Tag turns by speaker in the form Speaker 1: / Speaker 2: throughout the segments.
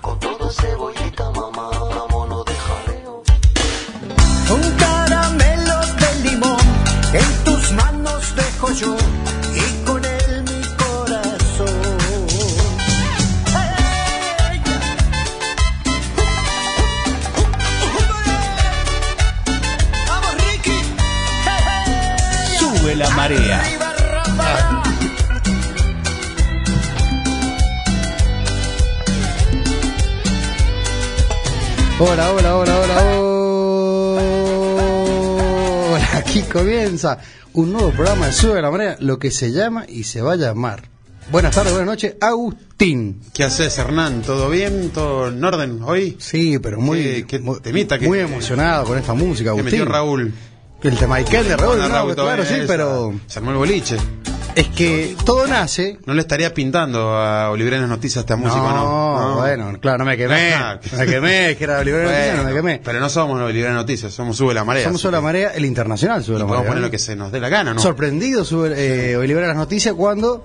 Speaker 1: Con todo cebollita, mamá, vámonos de jaleo.
Speaker 2: Un caramelo de limón en tus manos dejo yo y con él mi corazón. ¡Ey! ¡Vamos, Ricky! ¡Hey, hey!
Speaker 3: Sube la marea.
Speaker 2: ¡Arriba, Rafa!
Speaker 4: Hola, hola, hola, hola, hola. Aquí comienza un nuevo programa de Sube la Marea, lo que se llama y se va a llamar. Buenas tardes, buenas noches, Agustín.
Speaker 5: ¿Qué haces, Hernán? ¿Todo bien? ¿Todo en orden hoy?
Speaker 4: Sí, pero muy,
Speaker 5: Qué- qué
Speaker 4: muy,
Speaker 5: temita que-
Speaker 4: muy emocionado con esta música,
Speaker 5: ¿Qué
Speaker 4: Agustín.
Speaker 5: metió Raúl?
Speaker 4: El tema de Kelly, Raúl,
Speaker 5: Hola,
Speaker 4: no, claro,
Speaker 5: todavía
Speaker 4: sí,
Speaker 5: esa.
Speaker 4: pero
Speaker 5: ah, Se armó el boliche.
Speaker 4: es que todo nace.
Speaker 5: No le estaría pintando a Olivera en las noticias esta música, ¿no?
Speaker 4: no, bueno, claro, no me quemé.
Speaker 5: Ah.
Speaker 4: No me quemé, que era Oliver Martínez,
Speaker 5: Bueno,
Speaker 4: no me quemé.
Speaker 5: Pero no somos Olivera Noticias, somos Sube la Marea.
Speaker 4: Somos
Speaker 5: así
Speaker 4: Sube la
Speaker 5: que-
Speaker 4: Marea, el internacional Sube
Speaker 5: y
Speaker 4: la
Speaker 5: Podemos
Speaker 4: Marea.
Speaker 5: poner
Speaker 4: ¿no?
Speaker 5: lo que se nos dé la gana, ¿no?
Speaker 4: sorprendido sobre eh, hoy Libera las noticias cuando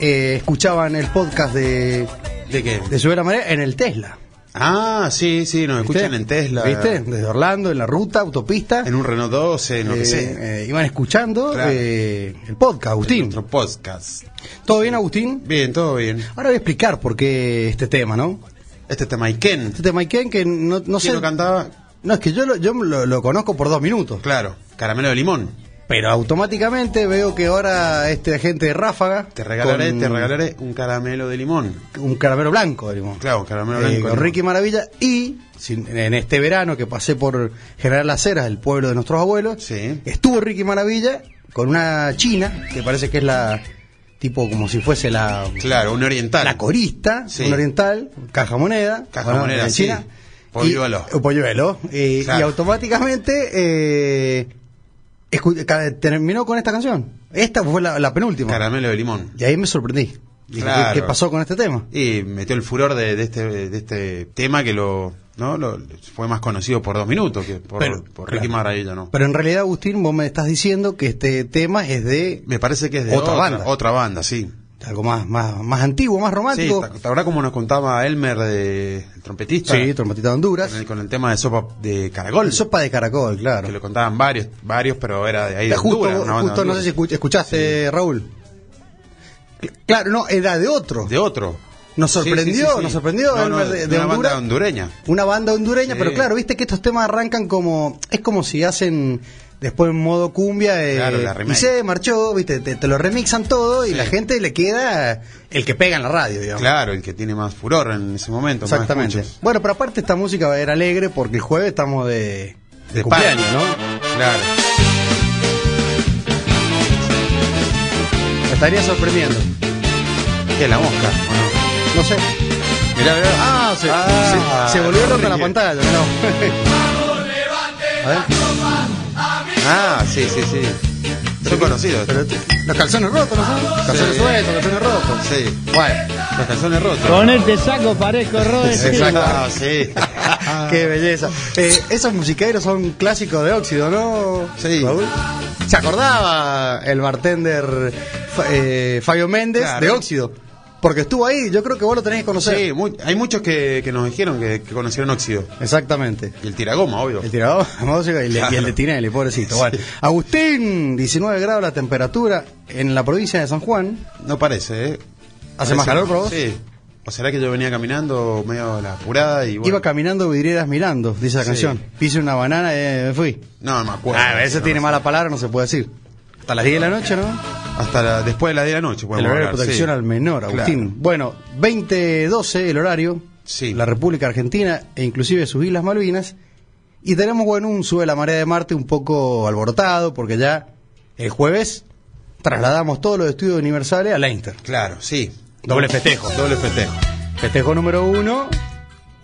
Speaker 4: eh, escuchaban el podcast de,
Speaker 5: ¿De qué?
Speaker 4: de Subir la Marea en el Tesla.
Speaker 5: Ah, sí, sí, nos
Speaker 4: ¿viste?
Speaker 5: escuchan en Tesla.
Speaker 4: ¿Viste? Desde Orlando, en la ruta, autopista.
Speaker 5: En un Renault 12, en lo
Speaker 4: Eh,
Speaker 5: que sea.
Speaker 4: eh, iban escuchando
Speaker 5: Claro.
Speaker 4: eh, el podcast, Agustín.
Speaker 5: Nuestro podcast.
Speaker 4: ¿Todo bien, Agustín?
Speaker 5: Bien, todo bien.
Speaker 4: Ahora voy a explicar por qué este tema, ¿no?
Speaker 5: Este tema, ¿y Ken?
Speaker 4: Este tema Iken que no, no sé...
Speaker 5: ¿Quién lo cantaba?
Speaker 4: No, es que yo, lo, yo lo, lo conozco por dos minutos.
Speaker 5: Claro, Caramelo de Limón.
Speaker 4: Pero automáticamente veo que ahora este agente de Ráfaga...
Speaker 5: Te regalaré,
Speaker 4: con
Speaker 5: te regalaré un caramelo de limón.
Speaker 4: Un caramelo blanco, digamos.
Speaker 5: Claro, un caramelo
Speaker 4: Eh,
Speaker 5: blanco.
Speaker 4: con
Speaker 5: ¿no?
Speaker 4: Ricky Maravilla y sin- en este verano que pasé por General Las Heras, el pueblo de nuestros abuelos,
Speaker 5: Sí.
Speaker 4: estuvo Ricky Maravilla con una china que parece que es la tipo como si fuese la,
Speaker 5: Claro, un oriental.
Speaker 4: la corista,
Speaker 5: Sí.
Speaker 4: un oriental, caja moneda,
Speaker 5: Caja moneda,
Speaker 4: de
Speaker 5: sí.
Speaker 4: China.
Speaker 5: Polluelo.
Speaker 4: Y, o polluelo, eh,
Speaker 5: Claro.
Speaker 4: y automáticamente eh, escu- ca- terminó con esta canción. Esta fue la, la penúltima.
Speaker 5: Caramelo de limón.
Speaker 4: Y ahí me sorprendí. Dije,
Speaker 5: Claro.
Speaker 4: ¿qué, qué pasó con este tema?
Speaker 5: Y metió el furor de, de este, de este tema que lo, ¿no? Lo- fue más conocido por dos minutos que por,
Speaker 4: Pero,
Speaker 5: por Ricky
Speaker 4: claro.
Speaker 5: Maravilla, ¿no?
Speaker 4: Pero en realidad, Agustín, vos me estás diciendo que este tema es de
Speaker 5: Me parece que es de
Speaker 4: Otra banda.
Speaker 5: Otra banda, sí.
Speaker 4: algo más, más, más antiguo, más
Speaker 5: Sí,
Speaker 4: romántico.
Speaker 5: ¿te te acordás como nos contaba Elmer, de, el trompetista?
Speaker 4: Sí, trompetita de Honduras.
Speaker 5: con el, con el tema de sopa de caracol.
Speaker 4: Sopa de caracol, claro.
Speaker 5: Que lo contaban varios, varios, pero era de ahí.
Speaker 4: Ya,
Speaker 5: de
Speaker 4: justo,
Speaker 5: Honduras, una banda
Speaker 4: justo
Speaker 5: de
Speaker 4: no sé
Speaker 5: Honduras.
Speaker 4: si escu- escuchaste, Raúl. Cl- Claro, no, era de otro.
Speaker 5: De otro.
Speaker 4: Nos
Speaker 5: Sí, sí,
Speaker 4: sorprendió,
Speaker 5: sí, sí.
Speaker 4: nos sorprendió
Speaker 5: No, no,
Speaker 4: Elmer de,
Speaker 5: de
Speaker 4: de
Speaker 5: una
Speaker 4: Honduras.
Speaker 5: banda hondureña.
Speaker 4: Una banda hondureña,
Speaker 5: Sí.
Speaker 4: pero claro, viste que estos temas arrancan como. Es como si hacen después en modo cumbia. eh,
Speaker 5: Claro, la
Speaker 4: y
Speaker 5: remake.
Speaker 4: se marchó, viste, te, te lo remixan todo y
Speaker 5: Sí.
Speaker 4: la gente le queda el que pega en la radio, digamos.
Speaker 5: Claro, el que tiene más furor en ese momento. más
Speaker 4: Exactamente.
Speaker 5: escuchas.
Speaker 4: Bueno, pero aparte esta música va a ser alegre porque el jueves estamos de, de
Speaker 5: De
Speaker 4: cumpleaños,
Speaker 5: pan.
Speaker 4: ¿no?
Speaker 5: Claro.
Speaker 4: Me estaría sorprendiendo.
Speaker 5: ¿Qué es la mosca? ¿O no?
Speaker 4: No sé.
Speaker 5: Mirá, mirá.
Speaker 4: Ah, se,
Speaker 5: Ah,
Speaker 4: se- se volvió loca la
Speaker 5: Enrique.
Speaker 4: pantalla, mirá. A ver,
Speaker 5: Ah, sí, sí, sí. Son conocidos.
Speaker 4: pero t- los calzones rotos, ¿no son? Calzones
Speaker 5: Sí.
Speaker 4: sueltos, calzones rotos.
Speaker 5: Sí.
Speaker 4: Bueno,
Speaker 5: Los calzones rotos.
Speaker 6: Con este saco parezco Rodes.
Speaker 4: Exacto.
Speaker 5: Ah, sí. Ah.
Speaker 4: qué belleza. Eh, esos musiqueros son clásicos de óxido, ¿no?
Speaker 5: Sí.
Speaker 4: Raúl? ¿Se acordaba el bartender Fa- eh, Fabio Méndez
Speaker 5: Claro.
Speaker 4: de óxido? Porque estuvo ahí, yo creo que vos lo tenés que conocer.
Speaker 5: Sí, mu- hay muchos que, que nos dijeron que, que conocieron óxido.
Speaker 4: Exactamente.
Speaker 5: Y el tiragoma, obvio.
Speaker 4: El tirador, vamos a decir, y, el-
Speaker 5: Claro.
Speaker 4: y el de Tinelli, pobrecito. Bueno, Agustín, 19 grados la temperatura en la provincia de San Juan.
Speaker 5: No parece, ¿eh?
Speaker 4: ¿Hace más calor para vos?
Speaker 5: Sí. ¿O será que yo venía caminando medio a la apurada y bueno,
Speaker 4: Iba caminando vidrieras mirando, dice la
Speaker 5: Sí.
Speaker 4: canción. Pise una banana y eh, me fui.
Speaker 5: No, no me acuerdo.
Speaker 4: Ah, a veces
Speaker 5: No,
Speaker 4: tiene
Speaker 5: no
Speaker 4: mala palabra, no se puede decir. Hasta las 10 de la noche, ¿no?
Speaker 5: Hasta la- después de la 10 de la noche.
Speaker 4: el
Speaker 5: podemos
Speaker 4: horario de
Speaker 5: hablar,
Speaker 4: protección
Speaker 5: sí.
Speaker 4: al menor,
Speaker 5: Claro.
Speaker 4: Agustín. Bueno, 2012 el horario,
Speaker 5: Sí.
Speaker 4: la República Argentina e inclusive sus Islas Malvinas. Y tenemos, bueno, un sube la marea de Marte un poco alborotado, porque ya el jueves trasladamos todos los estudios universales a Leinster.
Speaker 5: Claro, sí.
Speaker 4: Doble festejo.
Speaker 5: Doble festejo.
Speaker 4: Festejo número uno,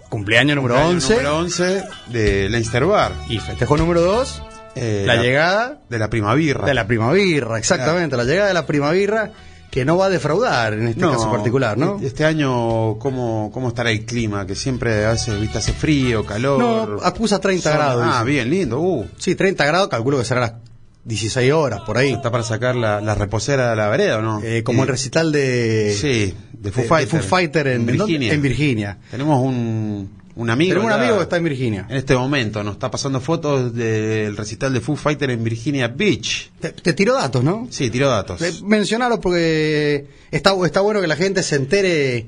Speaker 4: cumpleaños número
Speaker 5: Cumpleaños
Speaker 4: 11
Speaker 5: Número 11 de Leinster Bar.
Speaker 4: y festejo número dos,
Speaker 5: Eh,
Speaker 4: la llegada
Speaker 5: de la primavera.
Speaker 4: de la primavera, exactamente, la llegada de la primavera que no va a defraudar en este caso particular, ¿no?
Speaker 5: Este año, ¿cómo, ¿cómo estará el clima? Que siempre hace, viste, hace frío, calor.
Speaker 4: No, acusa 30
Speaker 5: Son-
Speaker 4: grados,
Speaker 5: Ah,
Speaker 4: dice.
Speaker 5: bien, lindo. Uh,
Speaker 4: Sí, 30 grados, calculo que será las 16 horas por ahí.
Speaker 5: está para sacar la, la reposera a la vereda, ¿o ¿no?
Speaker 4: Eh, como
Speaker 5: Eh,
Speaker 4: el recital de,
Speaker 5: Sí, de
Speaker 4: Eh, de- de
Speaker 5: Foo Fighter.
Speaker 4: Foo Fighter en, ¿en dónde? en Virginia.
Speaker 5: Tenemos un, un amigo.
Speaker 4: Tenemos un
Speaker 5: acá,
Speaker 4: amigo que está en Virginia.
Speaker 5: En este momento nos está pasando fotos del recital de Foo Fighter en Virginia Beach.
Speaker 4: Te, te tiró datos, ¿no?
Speaker 5: Sí, tiró datos.
Speaker 4: Eh, Mencionalo porque está, está bueno que la gente se entere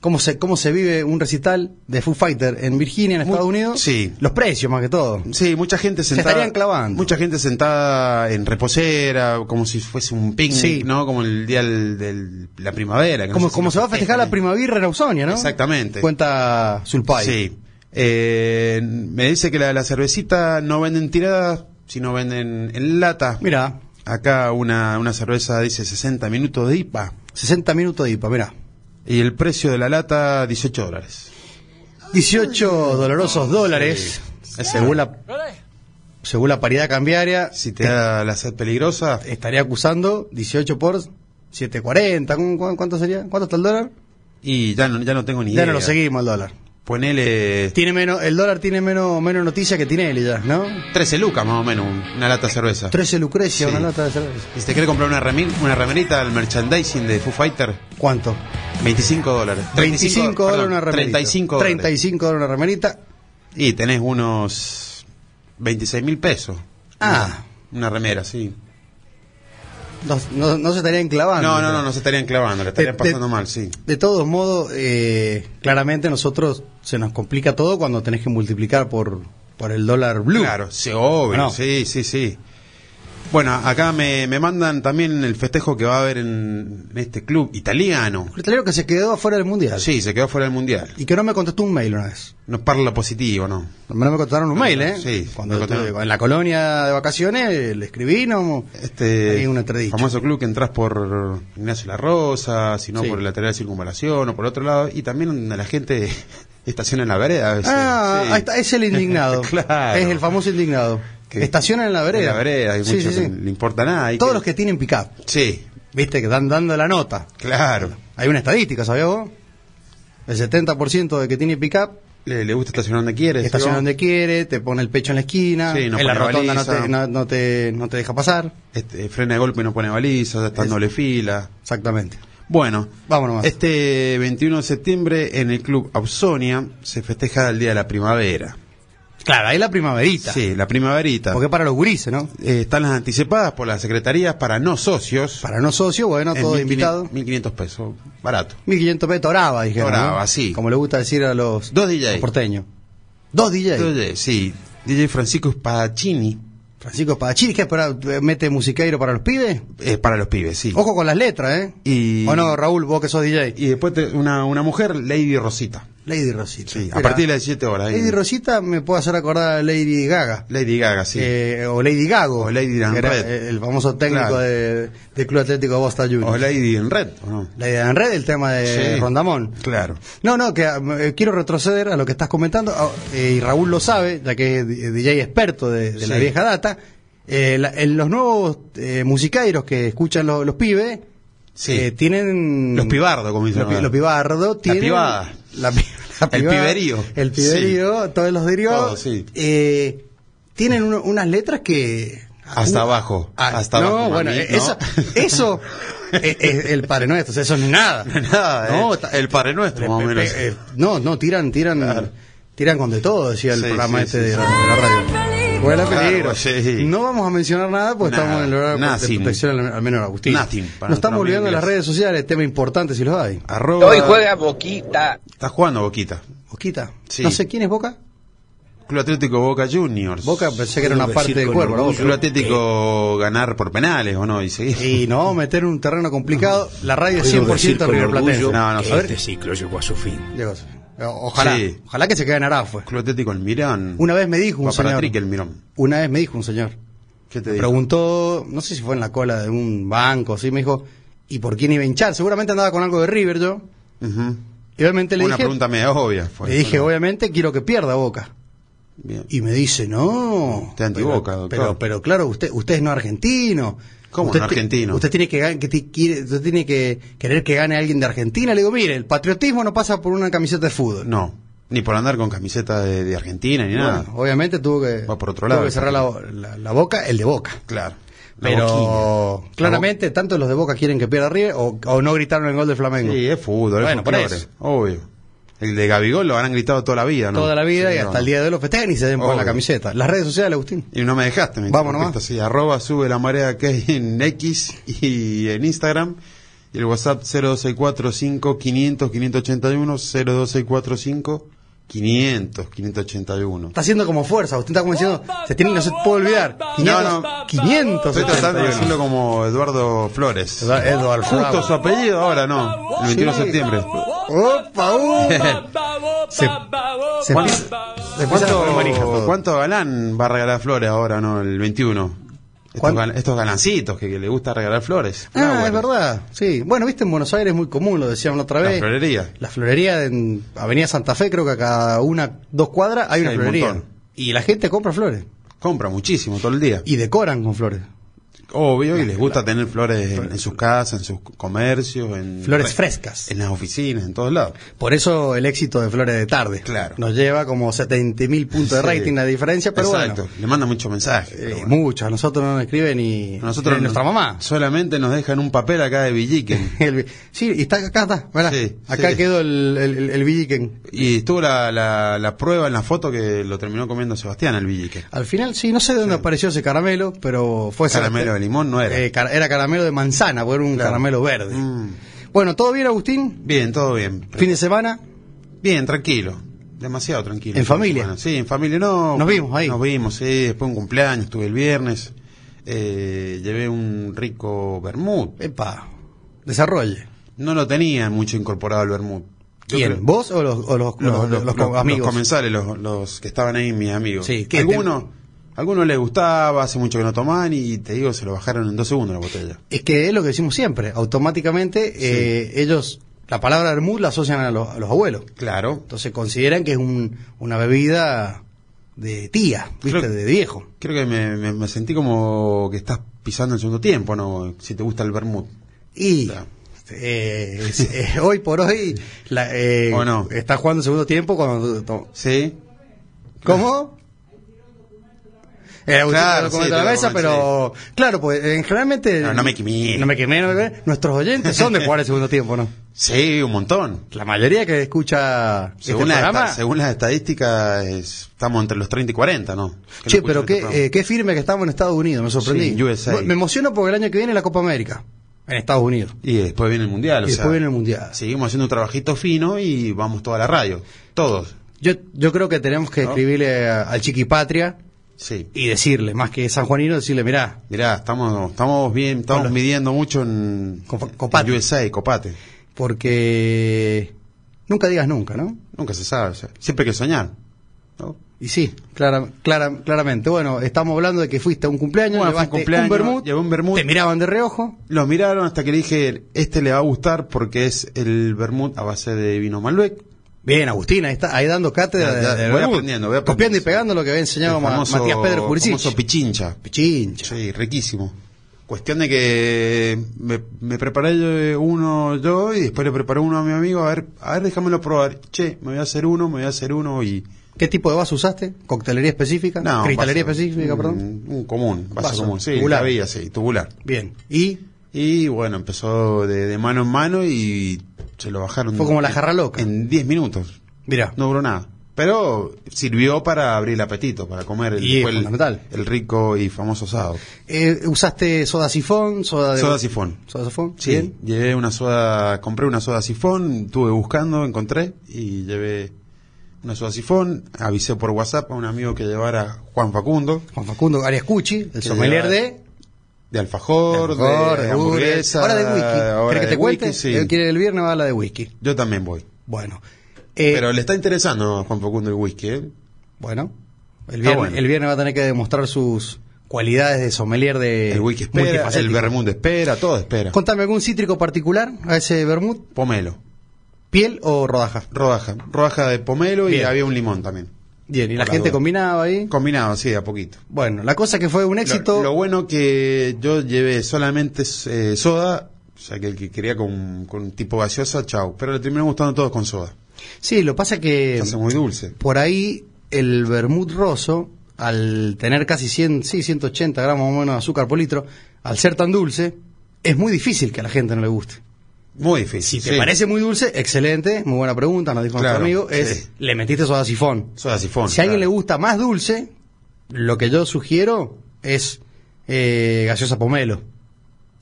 Speaker 4: cómo se, cómo se vive un recital de Foo Fighter en Virginia, en
Speaker 5: Muy-
Speaker 4: Estados Unidos.
Speaker 5: sí.
Speaker 4: Los precios, más que todo.
Speaker 5: Sí, mucha gente sentada.
Speaker 4: estarían clavando.
Speaker 5: Mucha gente sentada en reposera, como si fuese un picnic,
Speaker 4: Sí.
Speaker 5: ¿no? Como el día del, del- la primavera. que no
Speaker 4: Como,
Speaker 5: sé si
Speaker 4: como
Speaker 5: lo
Speaker 4: se va a festejar la
Speaker 5: festejan, ¿eh?
Speaker 4: primavera en Ausonia, ¿no?
Speaker 5: Exactamente.
Speaker 4: Cuenta Zulpay.
Speaker 5: Sí. Eh, me dice que la, la cervecita no venden tiradas, sino venden en lata.
Speaker 4: Mira,
Speaker 5: Acá una, una cerveza dice 60 minutos de IPA
Speaker 4: 60 minutos de IPA, mira.
Speaker 5: y el precio de la lata 18 dólares.
Speaker 4: 18 dolorosos dólares.
Speaker 5: Sí. Es
Speaker 4: Según
Speaker 5: verdad.
Speaker 4: la, según la paridad cambiaria,
Speaker 5: Si te da la sed peligrosa,
Speaker 4: estaría acusando 18 por 740. ¿cu- cu- ¿Cuánto sería? ¿Cuánto está el dólar?
Speaker 5: y ya no, ya no tengo ni idea.
Speaker 4: Ya no lo seguimos el dólar.
Speaker 5: Ponele
Speaker 4: Tiene menos, el dólar tiene menos, menos noticias que Tinelli ya, ¿no?
Speaker 5: 13 lucas más o menos una lata de cerveza.
Speaker 4: 13 Lucrecia,
Speaker 5: Sí.
Speaker 4: una lata de cerveza.
Speaker 5: Y si te quieres comprar una, remil, una remerita al merchandising de Foo Fighter,
Speaker 4: ¿Cuánto?
Speaker 5: 25 dólares.
Speaker 4: 25 dólares
Speaker 5: perdón,
Speaker 4: una remerita.
Speaker 5: 35 dólares.
Speaker 4: 35 dólares una remerita.
Speaker 5: Y tenés unos 26 mil pesos.
Speaker 4: Ah.
Speaker 5: Una, una remera, sí.
Speaker 4: No, no- Ah, no se estarían clavando.
Speaker 5: No, no, no, no se estarían clavando, la estarían
Speaker 4: De- de-
Speaker 5: pasando mal, sí.
Speaker 4: De todos modos, eh, claramente nosotros se nos complica todo cuando tenés que multiplicar por, por el dólar blue.
Speaker 5: Claro, sí, obvio,
Speaker 4: No.
Speaker 5: sí, sí, sí. Bueno, acá me, me mandan también el festejo que va a haber en, en este club italiano.
Speaker 4: Un italiano que se quedó afuera del mundial.
Speaker 5: Sí, se quedó fuera del mundial.
Speaker 4: Y que no me contestó un mail una vez.
Speaker 5: No parla positivo, ¿no?
Speaker 4: No me contestaron un
Speaker 5: No,
Speaker 4: mail,
Speaker 5: no,
Speaker 4: ¿eh?
Speaker 5: Ah, sí,
Speaker 4: Cuando
Speaker 5: no
Speaker 4: estuve
Speaker 5: contestaron.
Speaker 4: en la colonia de vacaciones le escribí, no. Ahí
Speaker 5: Este
Speaker 4: un entredicho.
Speaker 5: famoso club que entras por Ignacio La Rosa, si no
Speaker 4: Sí.
Speaker 5: por el lateral de circunvalación o por otro lado, y también donde la gente estaciona en la vereda a veces.
Speaker 4: Ah,
Speaker 5: Sí.
Speaker 4: ahí está, es el indignado.
Speaker 5: Claro.
Speaker 4: Es el famoso indignado.
Speaker 5: Que-
Speaker 4: Estaciona en la vereda.
Speaker 5: En la vereda, hay
Speaker 4: Sí,
Speaker 5: muchos
Speaker 4: sí,
Speaker 5: que
Speaker 4: sí.
Speaker 5: no le importa nada. hay
Speaker 4: Todos los que tienen pick-up,
Speaker 5: Sí,
Speaker 4: viste, que están dando la nota.
Speaker 5: claro.
Speaker 4: Hay una estadística, ¿sabías vos? El 70% de que tiene pick-up
Speaker 5: Le, le gusta estacionar donde quiere. ¿sí,
Speaker 4: estaciona
Speaker 5: vos?
Speaker 4: donde quiere, te pone el pecho en la esquina,
Speaker 5: Sí, no
Speaker 4: en la
Speaker 5: pone
Speaker 4: rotonda no
Speaker 5: baliza.
Speaker 4: te, no- no te- no te deja pasar.
Speaker 5: Este, frena de golpe y no pone balizas, está en
Speaker 4: Es-
Speaker 5: doble fila.
Speaker 4: Exactamente.
Speaker 5: Bueno,
Speaker 4: Vámonos más.
Speaker 5: este 21 de septiembre en el club Ausonia se festeja el Día de la Primavera.
Speaker 4: Claro, ahí la primaverita.
Speaker 5: Sí, la primaverita.
Speaker 4: Porque es para los gurises, ¿no?
Speaker 5: Eh, están las anticipadas por las secretarías para no socios.
Speaker 4: Para no socios, bueno,
Speaker 5: En
Speaker 4: todo
Speaker 5: 1500
Speaker 4: invitado.
Speaker 5: 1500 pesos, barato.
Speaker 4: 1500 pesos, toraba, dijeron. ¿no?
Speaker 5: Toraba, sí.
Speaker 4: Como le gusta decir a los
Speaker 5: Dos DJ.
Speaker 4: los porteños. Dos DJs.
Speaker 5: Entonces, sí, DJ Francisco Spadaccini
Speaker 4: Francisco Padachiri, que es para- mete musiqueiro para los pibes.
Speaker 5: eh, para los pibes, sí.
Speaker 4: Ojo con las letras, ¿eh?
Speaker 5: Y-
Speaker 4: O no, Raúl, vos que sos DJ.
Speaker 5: Y después te- una, una mujer, Lady Rosita.
Speaker 4: Lady Rosita.
Speaker 5: Sí, a
Speaker 4: Mira,
Speaker 5: partir de las 17 horas. ahí.
Speaker 4: Lady Rosita me puede hacer acordar a Lady Gaga.
Speaker 5: Lady Gaga, sí.
Speaker 4: Eh, o Lady Gago.
Speaker 5: O Lady
Speaker 4: que
Speaker 5: Dan
Speaker 4: era
Speaker 5: Red.
Speaker 4: El famoso técnico
Speaker 5: Claro.
Speaker 4: de- del Club Atlético Bosta Juniors.
Speaker 5: o Lady en Red, ¿o no? Eh,
Speaker 4: Lady Dan Red, el tema de
Speaker 5: Sí.
Speaker 4: Rondamón.
Speaker 5: Claro.
Speaker 4: No, no, que eh, quiero retroceder a lo que estás comentando, ah, eh, y Raúl lo sabe, ya que es di- DJ experto de, de la
Speaker 5: Sí.
Speaker 4: vieja data. Eh, la- en los nuevos eh, musicairos que escuchan lo- los pibes,
Speaker 5: Sí.
Speaker 4: eh, tienen.
Speaker 5: Los pibardos, como dicen
Speaker 4: Los, pi-
Speaker 5: ahora.
Speaker 4: los pibardos tienen.
Speaker 5: pibada.
Speaker 4: la pi- la
Speaker 5: El
Speaker 4: pibada,
Speaker 5: piberío.
Speaker 4: El piberío, todos los derivados.
Speaker 5: Todo, sí.
Speaker 4: eh, tienen uno- unas letras que.
Speaker 5: Hasta abajo, hasta
Speaker 4: no,
Speaker 5: abajo,
Speaker 4: bueno,
Speaker 5: mami,
Speaker 4: eh,
Speaker 5: ¿no?
Speaker 4: eso, eso es, es el Padre Nuestro, o sea, eso no es nada.
Speaker 5: No es nada,
Speaker 4: No,
Speaker 5: eh.
Speaker 4: ta-
Speaker 5: el Padre Nuestro, más o
Speaker 4: Pe-
Speaker 5: menos.
Speaker 4: pe- eh, no, no, tiran, tiran,
Speaker 5: E. Claro.
Speaker 4: tiran con de todo, decía el
Speaker 5: Sí,
Speaker 4: programa
Speaker 5: sí,
Speaker 4: este
Speaker 5: sí,
Speaker 4: de,
Speaker 5: sí.
Speaker 4: la, de la radio. Huele a
Speaker 5: Claro,
Speaker 4: peligro.
Speaker 5: sí.
Speaker 4: No vamos a mencionar nada porque
Speaker 5: Nada,
Speaker 4: estamos en el horario de
Speaker 5: nothing.
Speaker 4: protección al, al menos Agustín.
Speaker 5: Nothing, para
Speaker 4: Nos estamos
Speaker 5: nuestro
Speaker 4: olvidando de las
Speaker 5: amigo
Speaker 4: redes sociales, tema importante si los hay.
Speaker 5: Arroba-
Speaker 7: Boquita.
Speaker 5: Está jugando Boquita.
Speaker 4: Boquita,
Speaker 5: Sí.
Speaker 4: no sé quién es Boca.
Speaker 5: Club Atlético Boca Juniors.
Speaker 4: Boca pues, pensé que era una parte del cuerpo. la boca.
Speaker 5: Club Atlético ganar por penales, ¿o no? Y seguir.
Speaker 4: Y no, meter en un terreno complicado, la radio es 100% River Platense.
Speaker 5: No, no,
Speaker 4: A ver,
Speaker 5: sí.
Speaker 8: Ah, este ciclo llegó a su fin.
Speaker 4: Diego, Ojalá,
Speaker 5: Sí.
Speaker 4: ojalá que se quede en Arafue.
Speaker 5: Club Atlético El Mirón.
Speaker 4: Una vez me dijo un
Speaker 5: Va para
Speaker 4: señor.
Speaker 5: Trique El Mirón.
Speaker 4: Una vez me dijo un señor.
Speaker 5: ¿Qué te
Speaker 4: Me
Speaker 5: digo?
Speaker 4: preguntó, no sé si fue en la cola de un banco, sí, me dijo, ¿y por quién iba a hinchar? Seguramente andaba con algo de River yo.
Speaker 5: Ujú.
Speaker 4: Y obviamente le
Speaker 5: Una
Speaker 4: dije,
Speaker 5: pregunta media obvia.
Speaker 4: le dije, obviamente quiero que pierda Boca.
Speaker 5: Bien.
Speaker 4: Y me dice, no.
Speaker 5: Te antiboca,
Speaker 4: pero,
Speaker 5: doctor.
Speaker 4: Pero, pero claro, usted, usted es no argentino.
Speaker 5: ¿Cómo
Speaker 4: usted
Speaker 5: no
Speaker 4: ti-
Speaker 5: argentino?
Speaker 4: Usted tiene que, gan- que ti- quiere- usted tiene que querer que gane alguien de Argentina. Le digo, mire, el patriotismo no pasa por una camiseta de fútbol.
Speaker 5: No, ni por andar con camiseta de, de Argentina ni
Speaker 4: Bueno,
Speaker 5: nada.
Speaker 4: obviamente tuvo que,
Speaker 5: Va por otro
Speaker 4: tuvo
Speaker 5: lado.
Speaker 4: que cerrar la, la- la boca, el de boca.
Speaker 5: Claro. La
Speaker 4: Pero
Speaker 5: boquilla.
Speaker 4: claramente tanto los de Boca quieren que pierda River o, o no gritaron el gol de Flamengo.
Speaker 5: Sí, es fútbol, es
Speaker 4: Bueno, por
Speaker 5: folclore,
Speaker 4: eso.
Speaker 5: obvio. El de Gabigol lo han gritado toda la vida, ¿no?
Speaker 4: Toda la vida
Speaker 5: Sí,
Speaker 4: y
Speaker 5: no.
Speaker 4: hasta el día de hoy los festejan y se den por
Speaker 5: Obvio.
Speaker 4: la camiseta. Las redes sociales, Agustín.
Speaker 5: Y no me dejaste, me
Speaker 4: Vamos
Speaker 5: interrumpiste,
Speaker 4: nomás.
Speaker 5: Sí, arroba sube la marea que hay en X y en Instagram. Y el WhatsApp 0265 500 581 02645 500 581.
Speaker 4: Está haciendo como fuerza, usted está como diciendo, se tiene, no se puede olvidar. 500,
Speaker 5: No, no.
Speaker 4: 500
Speaker 5: Estoy tratando de decirlo como Eduardo Flores.
Speaker 4: Eduardo
Speaker 5: Justo su apellido ahora no, el 21 de
Speaker 4: Sí.
Speaker 5: septiembre.
Speaker 4: Opa, uh. se, se empieza- se empieza a poner manija
Speaker 5: ¿Cuánto,
Speaker 4: todo.
Speaker 5: ¿Cuánto galán va a regalar flores ahora, no? El 21. Estos,
Speaker 4: ¿Cuán-
Speaker 5: gal- estos galancitos que, que le gusta regalar flores.
Speaker 4: Ah, es verdad, sí. Bueno, viste, en Buenos Aires es muy común, lo decían la otra
Speaker 5: La
Speaker 4: vez.
Speaker 5: florería.
Speaker 4: La florería en Avenida Santa Fe, creo que a cada una, dos cuadras hay una
Speaker 5: Hay un
Speaker 4: florería.
Speaker 5: montón.
Speaker 4: y la gente compra flores.
Speaker 5: Compra muchísimo todo el día.
Speaker 4: Y decoran con flores.
Speaker 5: Obvio, y les gusta tener flores en, en sus casas, en sus comercios, en,
Speaker 4: Flores frescas.
Speaker 5: en las oficinas, en todos lados.
Speaker 4: Por eso el éxito de Flores de Tarde.
Speaker 5: Claro.
Speaker 4: Nos lleva como 70.000 puntos de
Speaker 5: Sí.
Speaker 4: rating la diferencia, pero
Speaker 5: Exacto,
Speaker 4: bueno.
Speaker 5: le manda mucho mensaje.
Speaker 4: Eh,
Speaker 5: pero bueno.
Speaker 4: Muchos, a nosotros no nos escriben ni,
Speaker 5: A Nosotros
Speaker 4: ni nuestra
Speaker 5: no-
Speaker 4: mamá.
Speaker 5: Solamente nos dejan un papel acá de Villiquen.
Speaker 4: El- sí, y está acá, está, ¿verdad?
Speaker 5: Sí,
Speaker 4: acá
Speaker 5: sí.
Speaker 4: quedó el, el, el- el Villiquen.
Speaker 5: y estuvo la, la, la prueba en la foto que lo terminó comiendo Sebastián, el Villiquen.
Speaker 4: Al final, sí, no sé de dónde apareció ese caramelo, pero fue ese-
Speaker 5: Caramelo de limón no era.
Speaker 4: Eh, cara- era caramelo de manzana, porque era un
Speaker 5: Claro.
Speaker 4: caramelo verde.
Speaker 5: Mm.
Speaker 4: Bueno, ¿todo bien, Agustín?
Speaker 5: Bien, todo bien.
Speaker 4: Fin de semana.
Speaker 5: Bien, tranquilo. Demasiado tranquilo.
Speaker 4: ¿En familia?
Speaker 5: Bueno, sí, en familia no.
Speaker 4: Nos vimos ahí.
Speaker 5: Nos vimos, sí. Después un cumpleaños, estuve el viernes. Eh, llevé un rico vermut.
Speaker 4: Epa, desarrolle.
Speaker 5: No lo tenía mucho incorporado el vermut. Yo
Speaker 4: ¿Quién?
Speaker 5: creo-
Speaker 4: ¿Vos o los, o los-
Speaker 5: Los,
Speaker 4: los- los
Speaker 5: los- los- los
Speaker 4: amigos?
Speaker 5: comensales, los, los que estaban ahí, mis amigos.
Speaker 4: Sí, ¿qué?
Speaker 5: algunos, algunos les gustaba, hace mucho que no tomaban y te digo, se lo bajaron en dos segundos la botella.
Speaker 4: Es que es lo que decimos siempre. Automáticamente, eh, ellos, la palabra vermut la asocian a los, a los abuelos.
Speaker 5: Claro.
Speaker 4: Entonces consideran que es un- una bebida de tía, ¿viste?
Speaker 5: Creo-
Speaker 4: De viejo.
Speaker 5: Creo que me, me- me sentí como que estás pisando el segundo tiempo, ¿no? Si te gusta el vermut.
Speaker 4: Y
Speaker 5: Claro.
Speaker 4: eh, es- eh, hoy por hoy la, eh,
Speaker 5: ¿O no?
Speaker 4: está jugando segundo tiempo cuando... to-
Speaker 5: ¿Sí?
Speaker 4: ¿Cómo? Eh, Agustín
Speaker 5: Claro,
Speaker 4: te lo comenta
Speaker 5: sí, te
Speaker 4: a la
Speaker 5: lo
Speaker 4: mesa,
Speaker 5: comenta,
Speaker 4: pero claro, pues eh, generalmente
Speaker 5: No, no me quemé.
Speaker 4: no me quemé, no me quemé. Nuestros oyentes son de jugar el segundo tiempo, ¿no?
Speaker 5: Sí, un montón.
Speaker 4: La mayoría que escucha este
Speaker 5: Según, las
Speaker 4: programa,
Speaker 5: esta- según las estadísticas, es- estamos entre los 30 y 40, ¿no? Que
Speaker 4: che,
Speaker 5: lo
Speaker 4: pero
Speaker 5: escuchan
Speaker 4: qué,
Speaker 5: este programa.
Speaker 4: eh, qué firme que estamos en Estados Unidos, me sorprendí.
Speaker 5: Sí, USA.
Speaker 4: Me emociono porque el año que viene la Copa América en Estados Unidos.
Speaker 5: Y después viene el
Speaker 4: Y
Speaker 5: Mundial. o
Speaker 4: después
Speaker 5: sea,
Speaker 4: viene el Mundial.
Speaker 5: Seguimos haciendo un trabajito fino y vamos toda la radio. Todos.
Speaker 4: Yo, yo creo que tenemos que
Speaker 5: ¿No?
Speaker 4: escribirle a- al Chiqui Patria
Speaker 5: Sí.
Speaker 4: y decirle, más que San Juanino, decirle, mirá,
Speaker 5: Mirá, estamos, estamos bien, estamos
Speaker 4: Con los-
Speaker 5: midiendo mucho en,
Speaker 4: Copa-
Speaker 5: en
Speaker 4: Copate.
Speaker 5: USA, Copate.
Speaker 4: porque nunca digas nunca, ¿no?
Speaker 5: Nunca se sabe, o sea, siempre hay que soñar. ¿no?
Speaker 4: Y sí, clara, clara, claramente. Bueno, estamos hablando de que fuiste a un cumpleaños,
Speaker 5: Bueno, fue un
Speaker 4: llevaste
Speaker 5: cumpleaños,
Speaker 4: vermut,
Speaker 5: llevé un vermut.
Speaker 4: te miraban de reojo,
Speaker 5: Los miraron hasta que le dije, este le va a gustar porque es el vermut a base de vino Malbec.
Speaker 4: Bien, Agustín, ahí está, ahí dando cátedra
Speaker 5: Ya, ya,
Speaker 4: de- de
Speaker 5: voy
Speaker 4: vermut.
Speaker 5: aprendiendo, voy aprendiendo.
Speaker 4: Copiando y pegando lo que había enseñado
Speaker 5: El
Speaker 4: Ma-
Speaker 5: famoso-
Speaker 4: Matías Pedro
Speaker 5: famoso
Speaker 4: Jurisic.
Speaker 5: pichincha.
Speaker 4: Pichincha.
Speaker 5: Sí, riquísimo. Cuestión de que me, me preparé yo- uno yo y después le preparé uno a mi amigo. A ver, a ver, déjamelo probar. Che, me voy a hacer uno, me voy a hacer uno y...
Speaker 4: ¿Qué tipo de vaso usaste? ¿Coctelería específica?
Speaker 5: No,
Speaker 4: ¿Cristalería
Speaker 5: vaso- Mm.
Speaker 4: específica,
Speaker 5: un-
Speaker 4: perdón?
Speaker 5: Un común, vaso,
Speaker 4: Vaso,
Speaker 5: común, sí,
Speaker 4: tubular.
Speaker 5: cabía, sí, tubular.
Speaker 4: Bien. ¿Y
Speaker 5: Y bueno, empezó de, de mano en mano y se lo bajaron.
Speaker 4: Fue como la jarra loca.
Speaker 5: En 10 minutos.
Speaker 4: Mirá,
Speaker 5: No duró nada. Pero sirvió para abrir el apetito, para comer el,
Speaker 4: Y es
Speaker 5: después el-
Speaker 4: fundamental.
Speaker 5: el rico y famoso asado.
Speaker 4: eh, ¿usaste soda sifón? Soda, de...
Speaker 5: Soda sifón.
Speaker 4: ¿Soda sifón?
Speaker 5: Sí,
Speaker 4: Bien.
Speaker 5: llevé una soda, compré una soda sifón, estuve buscando, encontré y llevé una soda sifón. Avisé por WhatsApp a un amigo que llevara Juan Facundo,
Speaker 4: Juan Facundo Ariascucci, el sommelier
Speaker 5: lleva-
Speaker 4: de...
Speaker 5: de alfajor, de,
Speaker 4: Ahora
Speaker 5: hamburguesa.
Speaker 4: Ahora de whisky.
Speaker 5: ahora
Speaker 4: ¿Querés que
Speaker 5: de
Speaker 4: te cuente?
Speaker 5: whisky, sí.
Speaker 4: Él quiere el viernes habla de whisky.
Speaker 5: Yo también voy.
Speaker 4: Bueno. eh,
Speaker 5: Pero le está interesando a Juan Facundo el whisky, ¿eh?
Speaker 4: Bueno, el viernes,
Speaker 5: bueno.
Speaker 4: el viernes va a tener que demostrar sus cualidades de sommelier de
Speaker 5: El whisky espera, el
Speaker 4: multifacético.
Speaker 5: vermut espera, todo espera.
Speaker 4: Contame algún cítrico particular a ese vermut,
Speaker 5: Pomelo,
Speaker 4: piel o rodaja.
Speaker 5: rodaja, rodaja de pomelo y
Speaker 4: Bien.
Speaker 5: había un limón también.
Speaker 4: Bien, y la
Speaker 5: Por
Speaker 4: gente
Speaker 5: las dudas.
Speaker 4: combinaba ahí.
Speaker 5: Combinado, sí, de a poquito.
Speaker 4: Bueno, la cosa que fue un éxito.
Speaker 5: Lo, lo bueno que yo llevé solamente eh, soda, o sea que el que quería con, con tipo gaseosa, chau. Pero le terminó gustando todos con soda.
Speaker 4: Sí, lo pasa que
Speaker 5: Hace muy dulce.
Speaker 4: por ahí el vermut roso, al tener casi 100, sí, 180 gramos más o menos de azúcar por litro, al ser tan dulce, es muy difícil que a la gente no le guste.
Speaker 5: Muy difícil.
Speaker 4: Si te
Speaker 5: sí.
Speaker 4: parece muy dulce, excelente, muy buena pregunta, nos dijo
Speaker 5: Claro,
Speaker 4: nuestro amigo, es
Speaker 5: sí.
Speaker 4: le metiste soda sifón.
Speaker 5: Soda sifón.
Speaker 4: Si a alguien le
Speaker 5: claro.
Speaker 4: gusta más dulce, lo que yo sugiero es eh, gaseosa pomelo.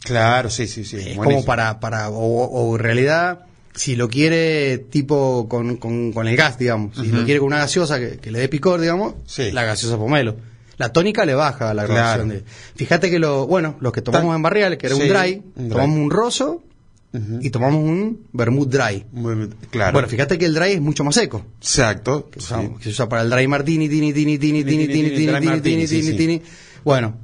Speaker 5: Claro, sí, sí, sí.
Speaker 4: Es
Speaker 5: buenísimo.
Speaker 4: como para, para o, o en realidad, si lo quiere tipo con, con, con el gas, digamos, si lo
Speaker 5: Ujú.
Speaker 4: quiere con una gaseosa que, que le dé picor, digamos,
Speaker 5: Sí.
Speaker 4: la gaseosa pomelo. La tónica le baja la
Speaker 5: Claro.
Speaker 4: graduación. de- Fíjate que lo, bueno, los que tomamos
Speaker 5: Tan-
Speaker 4: en barrial, que era un,
Speaker 5: Sí,
Speaker 4: dry,
Speaker 5: un dry.
Speaker 4: tomamos un roso
Speaker 5: Ujú.
Speaker 4: y tomamos un vermut dry.
Speaker 5: Muy- claro.
Speaker 4: Bueno, fíjate que el dry es mucho más seco.
Speaker 5: Exacto.
Speaker 4: que,
Speaker 5: sí.
Speaker 4: usamos- que se usa para el dry martini, tini, tini, tini, tini, tini, tini,
Speaker 5: Dry
Speaker 4: tini, tini,
Speaker 5: martini, sí,
Speaker 4: tini,
Speaker 5: sí.
Speaker 4: tini. Bueno,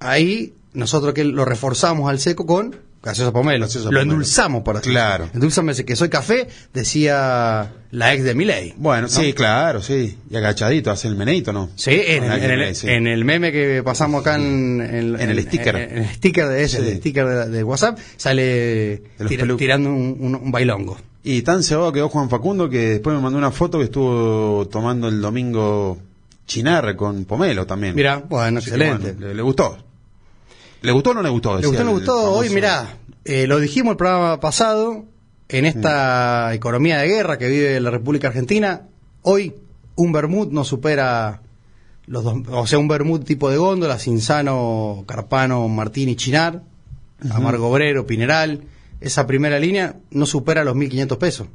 Speaker 4: ahí nosotros que lo reforzamos al seco con gaseosa pomelo.
Speaker 5: Gaseosa
Speaker 4: Lo
Speaker 5: pomelo.
Speaker 4: endulzamos, por así
Speaker 5: Claro.
Speaker 4: decirlo. Endulzame ese que soy café, decía la ex de Miley.
Speaker 5: Bueno, sí, claro, sí. Y agachadito, hace el meneito, ¿no?
Speaker 4: Sí, en,
Speaker 5: Con
Speaker 4: el, en, el,
Speaker 5: sí.
Speaker 4: en el meme que pasamos acá en,
Speaker 5: En el sticker.
Speaker 4: En, en el sticker de ese,
Speaker 5: Sí.
Speaker 4: el sticker de, de WhatsApp, sale
Speaker 5: los
Speaker 4: tira-
Speaker 5: pelucos.
Speaker 4: tirando un, un- un bailongo.
Speaker 5: Y tan cebado quedó Juan Facundo que después me mandó una foto que estuvo tomando el domingo chinar con pomelo también.
Speaker 4: Mirá, bueno,
Speaker 5: Así que,
Speaker 4: excelente.
Speaker 5: bueno, le, le gustó. ¿Le gustó o no le gustó?
Speaker 4: Le
Speaker 5: Decía
Speaker 4: gustó, le
Speaker 5: el
Speaker 4: gustó.
Speaker 5: famoso-
Speaker 4: Hoy, mirá, eh, lo dijimos el programa pasado, en esta economía de guerra que vive la República Argentina, hoy un vermut no supera los dos, o sea, un vermut tipo de góndola, Cinzano, Carpano, Martín y Chinar, Amargo Obrero, Pineral, esa primera línea no supera los 1.500 pesos.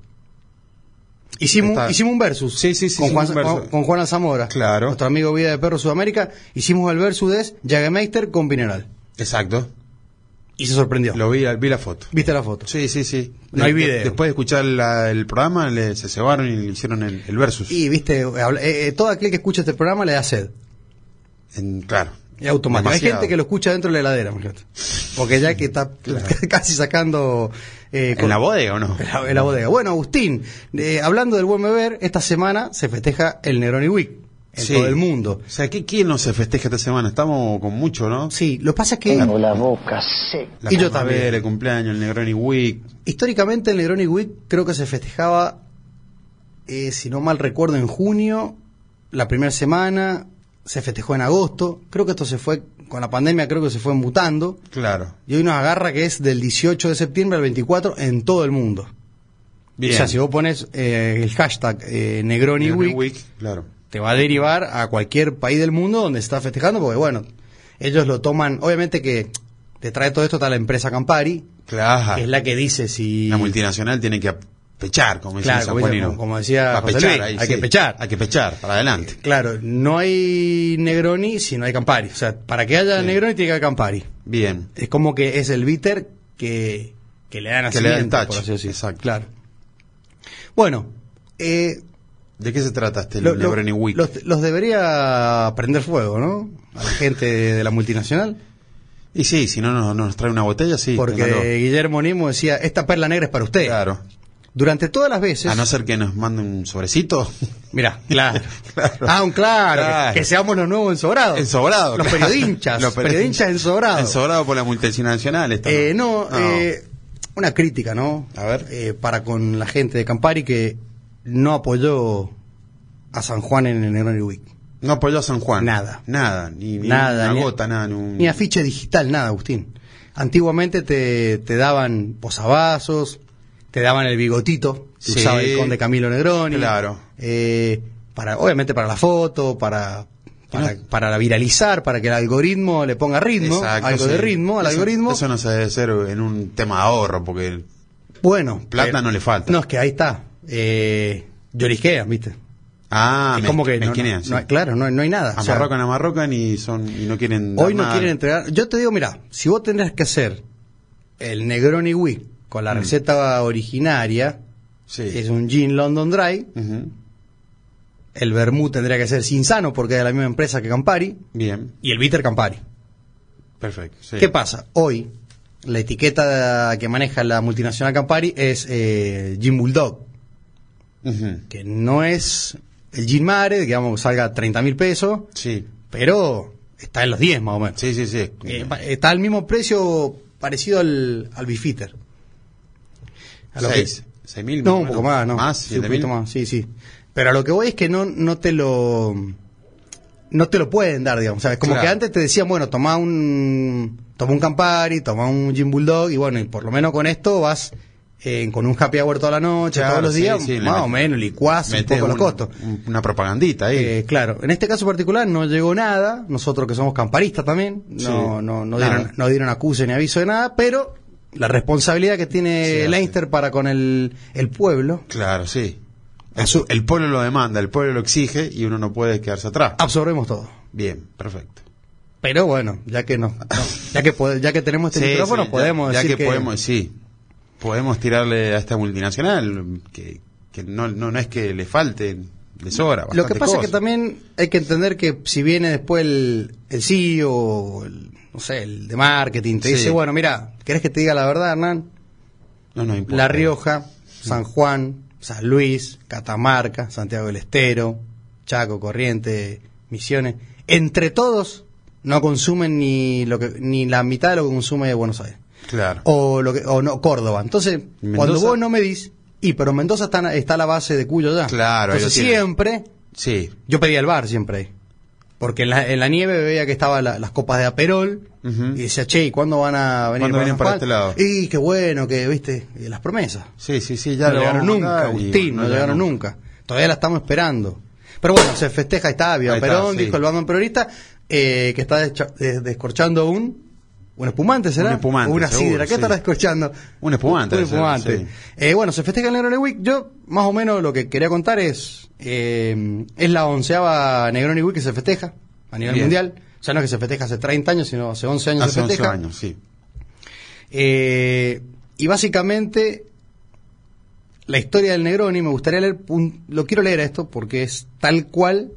Speaker 4: Hicimos,
Speaker 5: Está.
Speaker 4: hicimos un versus
Speaker 5: Sí, sí, sí,
Speaker 4: con, Juan,
Speaker 5: hicimos un versus.
Speaker 4: con- con Juana Zamora,
Speaker 5: Claro.
Speaker 4: nuestro amigo Vida de Perro Sudamérica, hicimos el versus de Jagemeister con Pineral
Speaker 5: Exacto.
Speaker 4: y se sorprendió.
Speaker 5: Lo vi, vi la foto.
Speaker 4: ¿Viste la foto?
Speaker 5: Sí, sí, sí.
Speaker 4: No
Speaker 5: De-
Speaker 4: hay video.
Speaker 5: de- después de escuchar la- el programa, le- se cebaron y le hicieron el, el versus.
Speaker 4: Y viste, habla- eh, eh, todo aquel que escucha este programa le da sed.
Speaker 5: En- claro.
Speaker 4: Es automático. Hay
Speaker 5: Demasiado.
Speaker 4: gente que lo escucha dentro de la heladera, fíjate. Porque ya que está casi sacando. eh,
Speaker 5: ¿En
Speaker 4: con-
Speaker 5: la bodega o no?
Speaker 4: en la- en la bodega. Bueno, Agustín, eh, hablando del buen beber, esta semana se festeja el Neroni Week en
Speaker 5: Sí.
Speaker 4: todo el mundo.
Speaker 5: O sea, ¿qué, ¿quién no se festeja esta semana? Estamos con mucho, ¿no?
Speaker 4: Sí, lo que pasa es que
Speaker 7: la boca seca.
Speaker 5: La
Speaker 4: Y yo
Speaker 5: primavera,
Speaker 4: también.
Speaker 5: El cumpleaños, el Negroni Week.
Speaker 4: históricamente el Neroni Week creo que se festejaba, eh, si no mal recuerdo, en junio, la primera semana, se festejó en agosto. Creo que esto se fue, con la pandemia creo que se fue mutando.
Speaker 5: Claro.
Speaker 4: Y hoy nos agarra que es del 18 de septiembre al 24 en todo el mundo.
Speaker 5: Bien.
Speaker 4: O sea, si vos pones eh, el hashtag eh, Negroni,
Speaker 5: Negroni
Speaker 4: Week,
Speaker 5: Week, claro.
Speaker 4: te va a derivar a cualquier país del mundo donde se está festejando, porque bueno, ellos lo toman, obviamente que detrás de todo esto está la empresa Campari,
Speaker 5: Claro.
Speaker 4: que es la que dice si...
Speaker 5: Ah. La multinacional tiene que pechar, como decía
Speaker 4: Claro, como dice-
Speaker 5: Saponino.
Speaker 4: como- como decía
Speaker 5: Va a
Speaker 4: José
Speaker 5: pechar,
Speaker 4: Luis,
Speaker 5: ahí,
Speaker 4: hay
Speaker 5: sí.
Speaker 4: que pechar.
Speaker 5: Hay que pechar, para adelante.
Speaker 4: Claro, no hay Negroni si no hay Campari. O sea, para que haya
Speaker 5: Sí.
Speaker 4: Negroni tiene que haber Campari.
Speaker 5: Bien.
Speaker 4: Es como que es el bitter que, que le dan
Speaker 5: Que le da el
Speaker 4: nacimiento, por
Speaker 5: touch,
Speaker 4: así decirlo.
Speaker 5: exacto.
Speaker 4: Claro. Bueno, eh,
Speaker 5: ¿De qué se trata este
Speaker 4: Lo- lo-
Speaker 5: Negroni Week?
Speaker 4: Los, los debería prender fuego, ¿no? A la gente de la multinacional.
Speaker 5: Y sí, si no nos, nos trae una botella, sí.
Speaker 4: porque
Speaker 5: téngalo.
Speaker 4: Guillermo Nimo decía, esta perla negra es para usted.
Speaker 5: Claro.
Speaker 4: Durante todas las veces...
Speaker 5: A no ser que nos mande un sobrecito.
Speaker 4: Mirá, claro.
Speaker 5: Claro.
Speaker 4: Ah, un claro.
Speaker 5: Claro.
Speaker 4: Que, que seamos los nuevos ensobrados.
Speaker 5: Ensobrado.
Speaker 4: Los
Speaker 5: claro.
Speaker 4: periodinchas.
Speaker 5: Los
Speaker 4: los
Speaker 5: peri-
Speaker 4: periodinchas ensobrados.
Speaker 5: Ensobrado por la multinacional. esta,
Speaker 4: Eh, no, eh, una crítica, ¿no?
Speaker 5: Ah, A ver.
Speaker 4: Eh, para con la gente de Campari que no apoyó a San Juan en el Negroni Week.
Speaker 5: No apoyó a San Juan.
Speaker 4: Nada.
Speaker 5: Nada. Ni, ni
Speaker 4: nada,
Speaker 5: una
Speaker 4: ni,
Speaker 5: gota, nada. ni un-
Speaker 4: ni afiche digital, nada, Agustín. Antiguamente te, te daban posavasos, te daban el bigotito, que
Speaker 5: Sí.
Speaker 4: usaba el conde Camilo Negroni.
Speaker 5: Claro.
Speaker 4: Eh, para, obviamente para la foto, para, para, para la viralizar, para que el algoritmo le ponga ritmo,
Speaker 5: Exacto,
Speaker 4: algo de
Speaker 5: sí.
Speaker 4: ritmo al
Speaker 5: Eso-
Speaker 4: algoritmo.
Speaker 5: Eso no se debe hacer en un tema de ahorro, porque
Speaker 4: bueno,
Speaker 5: plata
Speaker 4: pero-
Speaker 5: no le falta.
Speaker 4: No, es que ahí está. Eh, llorisquean, ¿viste?
Speaker 5: Ah,
Speaker 4: es
Speaker 5: me-
Speaker 4: como que no,
Speaker 5: mezquinean,
Speaker 4: no-
Speaker 5: sí.
Speaker 4: no hay- claro, no, no hay nada. O sea,
Speaker 5: amarrocan, amarrocan y, son, y no quieren. dar
Speaker 4: Hoy no
Speaker 5: nada.
Speaker 4: quieren entregar. Yo te digo, mira, si vos tendrás que hacer el Negroni Wii con la receta originaria,
Speaker 5: Mm. Sí.
Speaker 4: que es un Gin London Dry,
Speaker 5: Ujú.
Speaker 4: el Vermouth tendría que ser Cinzano porque es de la misma empresa que Campari,
Speaker 5: Bien,
Speaker 4: y el Bitter Campari.
Speaker 5: perfecto. sí.
Speaker 4: ¿Qué pasa? Hoy la etiqueta que maneja la multinacional Campari es eh, Gin Bulldog,
Speaker 5: Ujú.
Speaker 4: que no es el Gin Mare, digamos, salga 30 mil pesos,
Speaker 5: Sí,
Speaker 4: pero está en los 10 más o menos.
Speaker 5: sí, sí. sí.
Speaker 4: Eh, pa- está al mismo precio parecido al, al Bifitter. A lo que-
Speaker 5: Seis. ¿Seis mil?
Speaker 4: No, un poco más, no.
Speaker 5: ¿Más?
Speaker 4: Sí, un
Speaker 5: ¿Siete
Speaker 4: poquito
Speaker 5: mil?
Speaker 4: más, sí, sí. Pero a lo que voy es que no, no te lo no te lo pueden dar, digamos. O sea, es como
Speaker 5: Claro.
Speaker 4: que antes te decían, bueno, toma un toma un Campari, toma un Gin Bulldog y bueno, y por lo menos con esto vas eh, con un happy hour toda la noche,
Speaker 5: Claro,
Speaker 4: todos los
Speaker 5: sí,
Speaker 4: días,
Speaker 5: sí, le
Speaker 4: más o
Speaker 5: metes-
Speaker 4: menos, licuás un
Speaker 5: Metés
Speaker 4: poco los
Speaker 5: un-
Speaker 4: costos.
Speaker 5: un- Una propagandita ahí.
Speaker 4: Eh, claro, en este caso particular no llegó nada, nosotros que somos camparistas también, no,
Speaker 5: Sí,
Speaker 4: no, no,
Speaker 5: nada.
Speaker 4: dieron, no dieron acuse ni aviso de nada, pero la responsabilidad que
Speaker 5: Sí,
Speaker 4: tiene
Speaker 5: hace.
Speaker 4: Leinster para con el, el pueblo,
Speaker 5: Claro, sí. El, su- el pueblo lo demanda, el pueblo lo exige y uno no puede quedarse atrás.
Speaker 4: absorbemos todo.
Speaker 5: Bien, perfecto.
Speaker 4: Pero bueno, ya que no, no, ya que pode- ya que tenemos este
Speaker 5: Sí,
Speaker 4: micrófono
Speaker 5: sí, ya-
Speaker 4: podemos
Speaker 5: ya,
Speaker 4: decir
Speaker 5: que, podemos, sí. Podemos tirarle a esta multinacional, que, que no, no, no es que le falte, le sobra.
Speaker 4: Lo que
Speaker 5: bastantes
Speaker 4: pasa es que
Speaker 5: cosas.
Speaker 4: también hay que entender que si viene después el, el CEO, o el, no sé, el de marketing, te
Speaker 5: Sí.
Speaker 4: dice, bueno, mira, ¿querés que te diga la verdad, Hernán?
Speaker 5: No nos importa.
Speaker 4: La Rioja, San Juan, San Luis, Catamarca, Santiago del Estero, Chaco, Corrientes, Misiones, entre todos no consumen ni lo que ni la mitad de lo que consume Buenos Aires
Speaker 5: Claro.
Speaker 4: o lo que, o no Córdoba. Entonces,
Speaker 5: Mendoza?
Speaker 4: cuando vos no me dis, y pero Mendoza está está la base de Cuyo ya.
Speaker 5: Claro, ahí lo
Speaker 4: Entonces
Speaker 5: tiene.
Speaker 4: siempre
Speaker 5: Sí.
Speaker 4: yo pedía el bar siempre ahí. Porque en la, en la nieve veía que estaban las copas de Aperol.
Speaker 5: Ujú.
Speaker 4: Y decía, che, ¿y cuándo van a venir?
Speaker 5: ¿Cuándo vienen
Speaker 4: San
Speaker 5: para
Speaker 4: Juan?"
Speaker 5: este lado?
Speaker 4: Y qué bueno, que, viste, eh, las promesas.
Speaker 5: Sí, sí, sí,
Speaker 4: Ya
Speaker 5: ya
Speaker 4: no
Speaker 5: lo
Speaker 4: llegaron
Speaker 5: vamos a
Speaker 4: nunca,
Speaker 5: mandar y-
Speaker 4: Agustín, no, llegaron nunca. Todavía la estamos esperando. Pero bueno, se festeja, ahí está, Viva
Speaker 5: Ahí está,
Speaker 4: Perón,
Speaker 5: sí.
Speaker 4: dijo el bando peronista, eh, que está descha- des- descorchando un... ¿Un espumante será?
Speaker 5: Un espumante,
Speaker 4: O una
Speaker 5: seguro,
Speaker 4: sidra, ¿qué
Speaker 5: sí.
Speaker 4: estará descorchando?
Speaker 5: Un espumante,
Speaker 4: Un
Speaker 5: debe ser,
Speaker 4: espumante.
Speaker 5: sí.
Speaker 4: Eh, bueno, se festeja el Negroni Week. Yo, más o menos, lo que quería contar es... eh, es la onceava Negroni Week que se festeja a nivel
Speaker 5: Bien.
Speaker 4: mundial. O sea, no es que se festeja hace 30 años, sino hace 11 años
Speaker 5: Hace
Speaker 4: se
Speaker 5: 11
Speaker 4: festeja.
Speaker 5: años, sí.
Speaker 4: Eh, y básicamente la historia del Negroni, me gustaría leer, un- lo quiero leer esto porque es tal cual,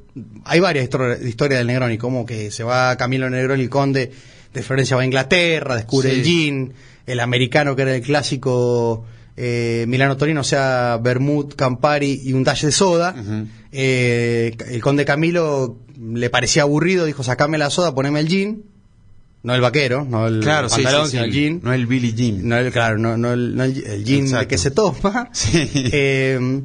Speaker 4: hay varias histor- historias del Negroni, como que se va Camilo Negroni Conde de Florencia va a Inglaterra, descubre
Speaker 5: Sí.
Speaker 4: el gin, el americano que era el clásico eh, Milano Torino, o sea, Bermud, Campari y un dash de soda.
Speaker 5: Ujú.
Speaker 4: Eh, el Conde Camilo le parecía aburrido, dijo, sacame la soda, poneme el gin. No el vaquero, no el
Speaker 5: Claro, sí,
Speaker 4: pantalón,
Speaker 5: sí, sí.
Speaker 4: sino el gin.
Speaker 5: No el Billy Jim.
Speaker 4: No el, claro, no, no el, no el, el gin
Speaker 5: Exacto.
Speaker 4: de que se toma.
Speaker 5: Sí.
Speaker 4: Eh,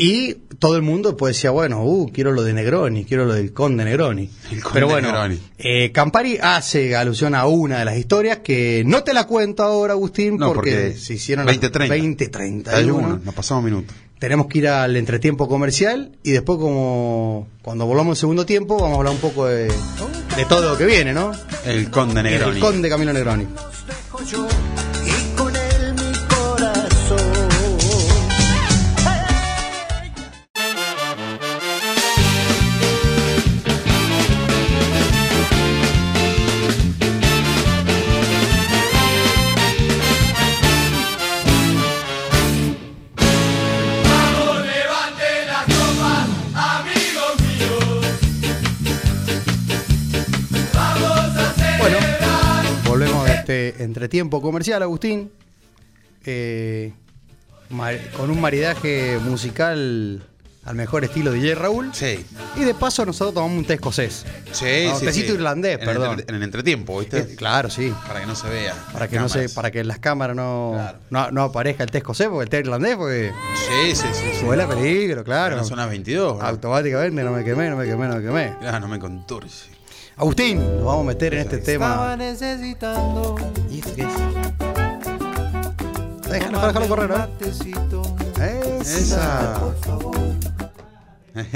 Speaker 4: y todo el mundo pues decía, bueno, uh, quiero lo de Negroni, quiero lo del conde Negroni.
Speaker 5: El Conde
Speaker 4: Pero bueno,
Speaker 5: Negroni.
Speaker 4: eh, Campari hace alusión a una de las historias que no te la cuento ahora, Agustín,
Speaker 5: No,
Speaker 4: porque,
Speaker 5: porque
Speaker 4: se hicieron
Speaker 5: 20:30.
Speaker 4: las 20.31.
Speaker 5: Hay uno, nos pasamos minutos.
Speaker 4: Tenemos que ir al entretiempo comercial y después como cuando volvamos al segundo tiempo vamos a hablar un poco de, de todo lo que viene, ¿no?
Speaker 5: El Conde Negroni.
Speaker 4: El conde Camilo Negroni.
Speaker 2: los dejo yo y con él mi corazón.
Speaker 4: Bueno, volvemos de este entretiempo comercial, Agustín. Eh, mar- con un maridaje musical al mejor estilo de J. Raúl.
Speaker 5: Sí.
Speaker 4: Y de paso nosotros tomamos un té escocés.
Speaker 5: Sí,
Speaker 4: No,
Speaker 5: sí,
Speaker 4: tecito
Speaker 5: sí.
Speaker 4: irlandés,
Speaker 5: En el
Speaker 4: perdón.
Speaker 5: entre- en el entretiempo, ¿viste?
Speaker 4: Eh, claro, sí.
Speaker 5: Para que no se vea.
Speaker 4: Para que, no se,
Speaker 5: Cámaras.
Speaker 4: para que en las cámaras no,
Speaker 5: Claro.
Speaker 4: no, no aparezca el té escocés, porque el té irlandés, porque
Speaker 5: Sí, sí, sí. sí.
Speaker 4: huele a peligro,
Speaker 5: Ahora
Speaker 4: claro.
Speaker 5: son las 22. ¿no?
Speaker 4: Automáticamente no me quemé, no me quemé, no me quemé.
Speaker 5: Ah, no me contorce.
Speaker 4: Agustín, nos vamos a meter en este tema.
Speaker 7: necesitando
Speaker 4: ¿Y esto qué es? Déjalo, déjalo correr, ¿eh?
Speaker 7: matecito,
Speaker 4: Esa. Me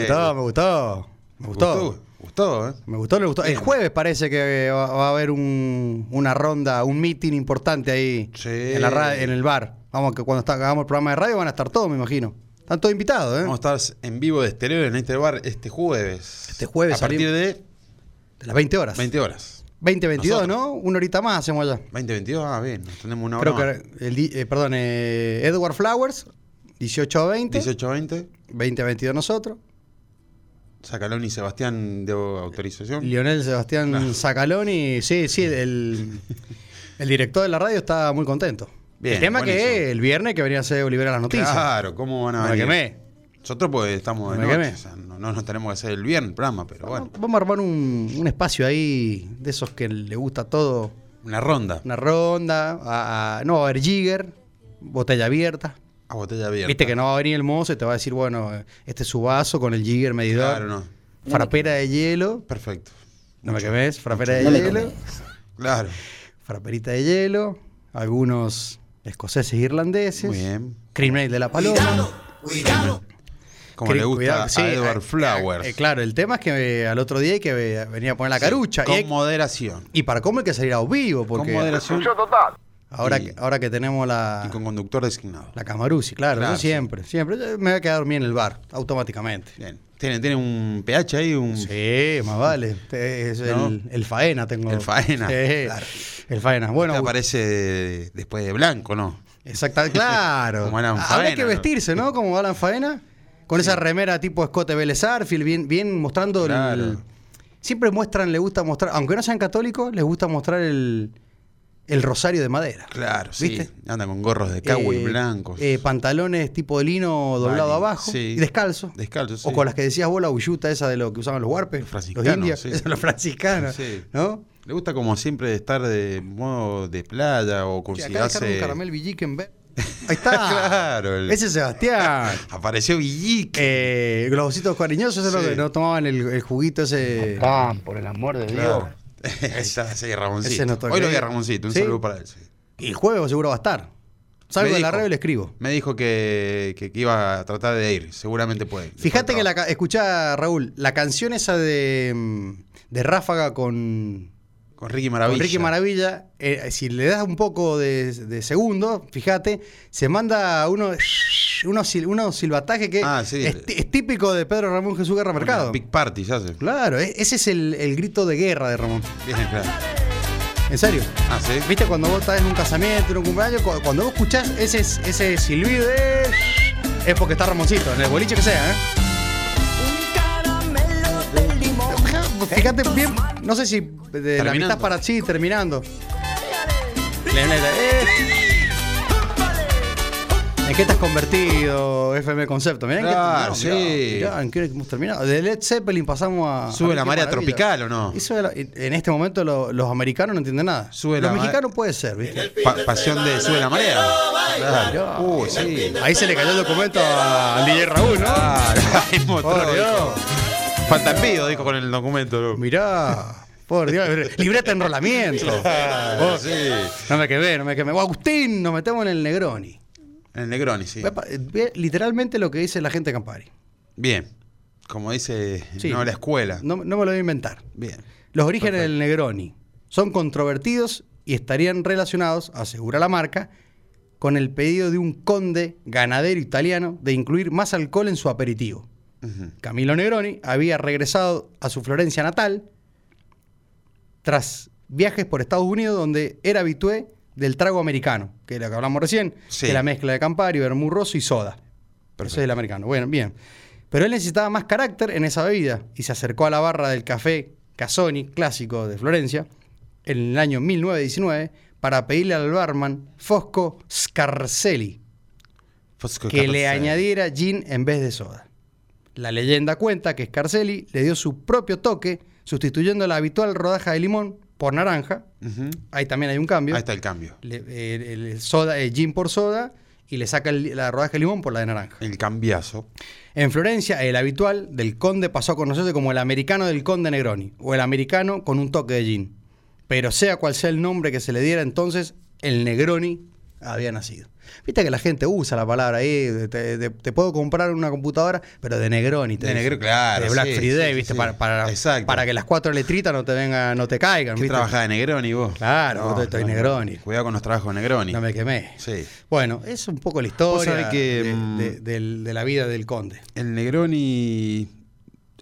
Speaker 4: gustó, me gustó. Me gustó.
Speaker 5: Eh. Gustó. Gustó, ¿eh?
Speaker 4: Me gustó, le gustó. El jueves parece que va, va a haber un- una ronda, un meeting importante ahí
Speaker 5: Sí.
Speaker 4: en, la ra- en el bar. Vamos, que cuando está- hagamos el programa de radio van a estar todos, me imagino. Están todos invitados, ¿eh?
Speaker 5: Vamos a estar en vivo de exterior en este bar este jueves.
Speaker 4: Este jueves
Speaker 5: A partir de
Speaker 4: De las 20 horas. 20,
Speaker 5: 20 horas.
Speaker 4: 22,
Speaker 5: Nosotros.
Speaker 4: ¿no? Una horita más hacemos allá.
Speaker 5: 20, 22, ah, bien. Nos tenemos una hora.
Speaker 4: Creo que, el, di- eh, perdón, eh, Edward Flowers, 18 a 20,
Speaker 5: 18 20.
Speaker 4: 20 a 22 nosotros.
Speaker 5: Sacalón y Sebastián de autorización.
Speaker 4: Lionel Sebastián Zacaloni, sí, sí, el, el director de la radio está muy contento.
Speaker 5: Bien,
Speaker 4: el tema que
Speaker 5: buenísimo.
Speaker 4: el viernes que venía a ser Olivera las noticias.
Speaker 5: Claro, ¿cómo van a
Speaker 4: Me
Speaker 5: venir?
Speaker 4: quemé.
Speaker 5: Nosotros pues estamos de
Speaker 4: Me
Speaker 5: noche,
Speaker 4: quemé.
Speaker 5: o sea, no, no nos tenemos que hacer el viernes el programa, pero bueno,
Speaker 4: Vamos a armar un, un espacio ahí de esos que le gusta todo.
Speaker 5: una ronda
Speaker 4: Una ronda, a- a- no, va a haber Jigger, botella abierta.
Speaker 5: a botella abierta.
Speaker 4: Viste que no va a venir el mozo y te va a decir, bueno, eh, este es su vaso con el Jigger medidor.
Speaker 5: Claro, no.
Speaker 4: Frapera de hielo.
Speaker 5: Perfecto.
Speaker 4: No me quemes, frapera de
Speaker 7: No me
Speaker 4: hielo.
Speaker 7: quemés.
Speaker 5: Claro.
Speaker 4: Fraperita de hielo. Algunos escoceses e irlandeses.
Speaker 5: Muy bien.
Speaker 4: Criminal de la paloma.
Speaker 5: Como
Speaker 4: Cri-
Speaker 5: le gusta
Speaker 4: cuidado,
Speaker 5: a
Speaker 4: sí,
Speaker 5: Edward
Speaker 4: eh,
Speaker 5: Flowers.
Speaker 4: eh, claro, el tema es que eh, al otro día hay que eh, venía a poner la
Speaker 5: Sí,
Speaker 4: carucha.
Speaker 5: Con
Speaker 4: y, hay-
Speaker 5: moderación.
Speaker 4: y para cómo hay que salir a vivo, porque
Speaker 5: Con moderación
Speaker 4: ahora,
Speaker 5: Y-
Speaker 4: que, ahora que tenemos la,
Speaker 5: y con conductor designado.
Speaker 4: la camarusi, claro,
Speaker 5: Claro,
Speaker 4: yo siempre, siempre. Yo me voy a quedar dormido en el bar, automáticamente.
Speaker 5: Bien. ¿Tiene, tiene un pH ahí, un
Speaker 4: Sí, más vale. Este Es
Speaker 5: ¿No?
Speaker 4: el, el faena tengo.
Speaker 5: El faena,
Speaker 4: Sí,
Speaker 5: claro.
Speaker 4: El faena. Bueno,
Speaker 5: Usted aparece después de blanco, ¿no?
Speaker 4: exacta, claro.
Speaker 5: Como Alan
Speaker 4: Ah,
Speaker 5: Faena,
Speaker 4: Habría que
Speaker 5: ¿no?
Speaker 4: vestirse, ¿no? Como Alan Faena. Con esa remera tipo Scott Vélez Arfield, bien, bien mostrando el-
Speaker 5: Claro.
Speaker 4: Siempre muestran, le gusta mostrar, aunque no sean católicos, les gusta mostrar el, el rosario de madera.
Speaker 5: Claro,
Speaker 4: ¿Viste?
Speaker 5: sí. Anda con gorros de cagüey
Speaker 4: Eh,
Speaker 5: blancos.
Speaker 4: eh, pantalones tipo de lino doblado
Speaker 5: Vale,
Speaker 4: abajo.
Speaker 5: sí.
Speaker 4: Y descalzo.
Speaker 5: Descalzo, sí.
Speaker 4: O con las que decías vos, la huyuta esa de lo que usaban los huarpes.
Speaker 5: Los
Speaker 4: Los,
Speaker 5: franciscanos,
Speaker 4: indios.
Speaker 5: sí.
Speaker 4: esos, Los franciscanos.
Speaker 5: Sí.
Speaker 4: ¿No?
Speaker 5: Le gusta como siempre estar de modo de playa o con
Speaker 4: Che,
Speaker 5: si
Speaker 4: acá dejaron un
Speaker 5: hace...
Speaker 4: caramel Villique en verde. Ahí está.
Speaker 5: Claro, el-
Speaker 4: Ese es Sebastián.
Speaker 5: Apareció Villique.
Speaker 4: Eh, globositos cariñosos, eso es
Speaker 5: Sí. Ah.
Speaker 4: lo que no tomaban el, el juguito ese.
Speaker 7: Pan, por el amor de Dios.
Speaker 5: Claro. Está, sí, Ramoncito.
Speaker 4: Eh, Ese no toca.
Speaker 5: Hoy lo vi a Ramoncito, un
Speaker 4: Sí.
Speaker 5: saludo para él. sí.
Speaker 4: Y el juego seguro va a estar. Salgo
Speaker 5: Me
Speaker 4: de la
Speaker 5: dijo.
Speaker 4: radio y le escribo.
Speaker 5: Me dijo que, que- que iba a tratar de ir, seguramente puede.
Speaker 4: Fíjate que la ca- escuchá, Raúl, la canción esa de, mm, de Ráfaga con,
Speaker 5: Con Ricky
Speaker 4: con
Speaker 5: Maravilla.
Speaker 4: Ricky Maravilla, eh, si le das un poco de, de segundo, fíjate, se manda uno, unos, sil- unos silbatajes que
Speaker 5: Ah, sí.
Speaker 4: es, es típico de Pedro Ramón Jesús Guerra
Speaker 5: Una
Speaker 4: Mercado.
Speaker 5: Big Party, ya sé.
Speaker 4: Claro, e- ese es el, el grito de guerra de Ramón.
Speaker 5: Bien, claro.
Speaker 4: En serio.
Speaker 5: Ah, sí.
Speaker 4: Viste cuando vos estás en un casamiento, en un cumpleaños, cu- cuando vos escuchás ese, ese silbido de- es porque está Ramoncito, en el boliche que sea, ¿eh?
Speaker 2: Un caramelo de limón.
Speaker 4: Fíjate bien, no sé si de la
Speaker 5: Terminando.
Speaker 4: mitad para sí, terminando. Le- le- le- eh. ¿En qué te has convertido, FM Concepto? Mirá,
Speaker 5: Claro,
Speaker 4: en qué,
Speaker 5: sí.
Speaker 4: mirá, mirá, en qué hemos terminado. De Led Zeppelin pasamos a.
Speaker 5: Ah, Sube
Speaker 4: a
Speaker 5: la
Speaker 4: qué
Speaker 5: marea
Speaker 4: maravilla.
Speaker 5: tropical, ¿o no?
Speaker 4: Y sube la- en este momento lo- los americanos no entienden nada. los
Speaker 5: Sube la ma-
Speaker 4: mexicanos puede ser, ¿viste?
Speaker 5: Pa- pasión de Sube la Marea. Claro. Uy, sí.
Speaker 4: Ahí se le cayó el documento al DJ Raúl, ¿no?
Speaker 5: Claro, ahí mostró,
Speaker 4: Por
Speaker 5: dijo.
Speaker 4: Dios.
Speaker 5: Falta el pido, dijo con el documento. loco.
Speaker 4: Mirá. Por Dios. Libreta de enrolamiento.
Speaker 5: Claro, sí.
Speaker 4: No me quemé, no me quemé. Agustín, nos metemos en el Negroni.
Speaker 5: En el Negroni, sí.
Speaker 4: Ve pa- ve literalmente lo que dice la gente de Campari.
Speaker 5: Bien. Como dice
Speaker 4: Sí.
Speaker 5: no la escuela.
Speaker 4: No, no me lo voy a inventar.
Speaker 5: Bien.
Speaker 4: Los orígenes del Negroni son controvertidos y estarían relacionados, asegura la marca, con el pedido de un conde ganadero italiano de incluir más alcohol en su aperitivo.
Speaker 5: Ujú.
Speaker 4: Camilo Negroni había regresado a su Florencia natal tras viajes por Estados Unidos donde era habitué del trago americano, que es lo que hablamos recién,
Speaker 5: Sí.
Speaker 4: que la mezcla de Campari, vermú rosso y soda. Eso es el americano. Bueno, bien. Pero él necesitaba más carácter en esa bebida y se acercó a la barra del café Casoni, clásico de Florencia, en el año 1919 para pedirle al barman Fosco Scarselli
Speaker 5: Fosco
Speaker 4: que le
Speaker 5: Carrasel.
Speaker 4: añadiera gin en vez de soda. La leyenda cuenta que Scarselli le dio su propio toque, sustituyendo la habitual rodaja de limón por naranja.
Speaker 5: Ujú.
Speaker 4: Ahí también hay un cambio.
Speaker 5: Ahí está el cambio.
Speaker 4: Le- eh, el, el soda, el gin por soda y le saca el- la rodaja de limón por la de naranja.
Speaker 5: El cambiazo.
Speaker 4: En Florencia, el habitual del conde pasó a conocerse como el americano del conde Negroni o el americano con un toque de gin. Pero sea cual sea el nombre que se le diera entonces, el Negroni había nacido. Viste que la gente usa la palabra ahí, de- te, de- te puedo comprar una computadora, pero de Negroni. te
Speaker 5: De
Speaker 4: dicen.
Speaker 5: negro, claro,
Speaker 4: De Black
Speaker 5: sí,
Speaker 4: Friday,
Speaker 5: sí,
Speaker 4: viste,
Speaker 5: sí.
Speaker 4: para, para,
Speaker 5: Exacto.
Speaker 4: para que las cuatro letritas no te vengan, no te caigan.
Speaker 5: ¿Qué
Speaker 4: ¿viste?
Speaker 5: trabajás de Negroni vos?
Speaker 4: Claro, vos estoy Negroni.
Speaker 5: Cuidado con los trabajos de Negroni.
Speaker 4: No me quemé.
Speaker 5: Sí.
Speaker 4: Bueno, es un poco la
Speaker 5: Vos
Speaker 4: historia
Speaker 5: sabés que,
Speaker 4: de-
Speaker 5: mm,
Speaker 4: de- del- de la vida del conde.
Speaker 5: El Negroni,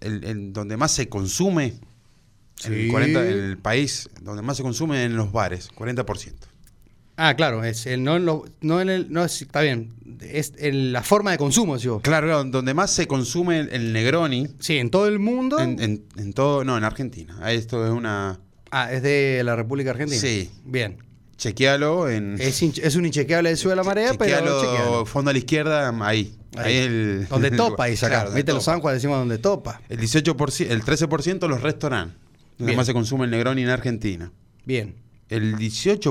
Speaker 5: el, el donde más se consume,
Speaker 4: Sí.
Speaker 5: el, 40, el país donde más se consume en los bares, 40%.
Speaker 4: Ah, claro, es el, no, en lo- no en el, no es- está bien, es en la forma de consumo, si vos.
Speaker 5: Claro, claro, donde más se consume el, el Negroni,
Speaker 4: Sí, en todo el mundo.
Speaker 5: en, en- en todo, no, en Argentina. Ah, Esto es una...
Speaker 4: ah, es de la República Argentina.
Speaker 5: Sí.
Speaker 4: Bien.
Speaker 5: chequealo en.
Speaker 4: Es, hinch- es un inchequeable del suelo de la marea, Eh, pero
Speaker 5: chequealo
Speaker 4: chequealo.
Speaker 5: fondo a la izquierda, ahí. Ahí,
Speaker 4: Ahí.
Speaker 5: el.
Speaker 4: Donde topa ahí sacar.
Speaker 5: Claro, donde
Speaker 4: Viste los
Speaker 5: topa.
Speaker 4: zancuas decimos donde topa.
Speaker 5: El 18%, el 13% los restaurantes. Donde
Speaker 4: Bien.
Speaker 5: más se consume el Negroni en Argentina.
Speaker 4: Bien.
Speaker 5: El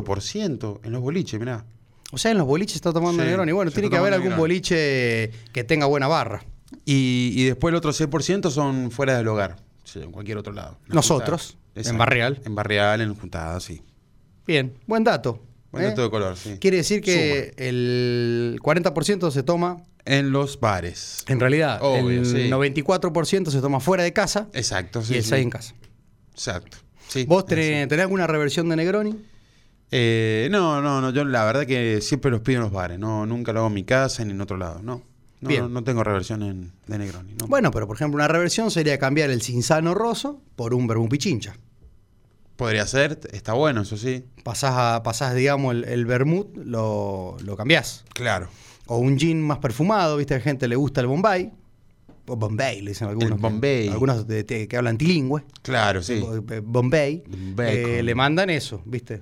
Speaker 5: 18% en los boliches, mirá.
Speaker 4: O sea, en los boliches está tomando
Speaker 5: Sí,
Speaker 4: Negroni. Bueno,
Speaker 5: se
Speaker 4: tiene
Speaker 5: está
Speaker 4: que haber
Speaker 5: tomando
Speaker 4: algún
Speaker 5: Negroni.
Speaker 4: boliche que tenga buena barra.
Speaker 5: Y, y después el otro 6% son fuera del hogar, sí, en cualquier otro lado. En la
Speaker 4: Nosotros,
Speaker 5: juntada.
Speaker 4: en Barrial.
Speaker 5: En Barrial, en Juntada, sí.
Speaker 4: Bien, buen dato.
Speaker 5: Buen
Speaker 4: ¿eh?
Speaker 5: dato de color, sí.
Speaker 4: Quiere decir que el 40% se toma,
Speaker 5: En los bares.
Speaker 4: en realidad,
Speaker 5: Obvio,
Speaker 4: el
Speaker 5: sí.
Speaker 4: 94% se toma fuera de casa
Speaker 5: Exacto,
Speaker 4: y
Speaker 5: sí.
Speaker 4: el
Speaker 5: sí.
Speaker 4: 6 en casa.
Speaker 5: Exacto. Sí,
Speaker 4: ¿Vos
Speaker 5: es
Speaker 4: tenés,
Speaker 5: así.
Speaker 4: tenés alguna reversión de Negroni?
Speaker 5: Eh, no, no, no. Yo la verdad que siempre los pido en los bares. No, nunca lo hago en mi casa ni en otro lado. No. No,
Speaker 4: Bien.
Speaker 5: no, no tengo reversión en, de Negroni. No.
Speaker 4: Bueno, pero por ejemplo, una reversión sería cambiar el cinzano roso por un vermú pichincha.
Speaker 5: Podría ser, está bueno, eso sí.
Speaker 4: Pasás, a- pasás digamos, el, el vermut, lo, lo cambiás.
Speaker 5: Claro.
Speaker 4: O un gin más perfumado, ¿viste? A la gente le gusta el Bombay. O Bombay, le dicen algunos.
Speaker 5: El Bombay.
Speaker 4: Algunos de- de- que hablan tilingüe.
Speaker 5: Claro, sí.
Speaker 4: Bo- Bombay.
Speaker 5: Bombay,
Speaker 4: eh,
Speaker 5: con-
Speaker 4: le mandan eso, ¿viste?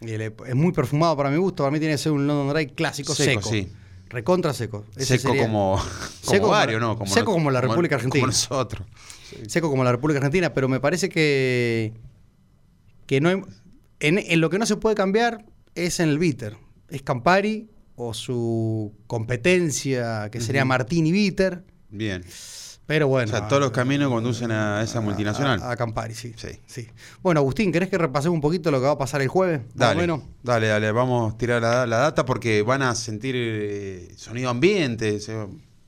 Speaker 4: Y le- es muy perfumado para mi gusto. Para mí tiene que ser un London Dry clásico seco.
Speaker 5: Seco, sí.
Speaker 4: Recontra seco. Ese
Speaker 5: Seco
Speaker 4: sería-
Speaker 5: como,
Speaker 4: Seco
Speaker 5: como
Speaker 4: como-
Speaker 5: varios, ¿no? Como
Speaker 4: seco como la República Argentina.
Speaker 5: Como nosotros.
Speaker 4: seco como la República Argentina, pero me parece que, que no hay- en, en lo que no se puede cambiar es en el bitter. Es Campari o su competencia, que sería Martini Bitter,
Speaker 5: Bien.
Speaker 4: pero
Speaker 5: O
Speaker 4: bueno.
Speaker 5: sea, todos los
Speaker 4: a-
Speaker 5: caminos conducen
Speaker 4: ah,
Speaker 5: a esa multinacional.
Speaker 4: A, a Campari, sí,
Speaker 5: Sí.
Speaker 4: sí. Bueno, Agustín, ¿querés que repasemos un poquito lo que va a pasar el jueves? Más o
Speaker 5: dale,
Speaker 4: menos.
Speaker 5: dale, dale, vamos a tirar la, la data porque van a sentir eh, sonido ambiente. se-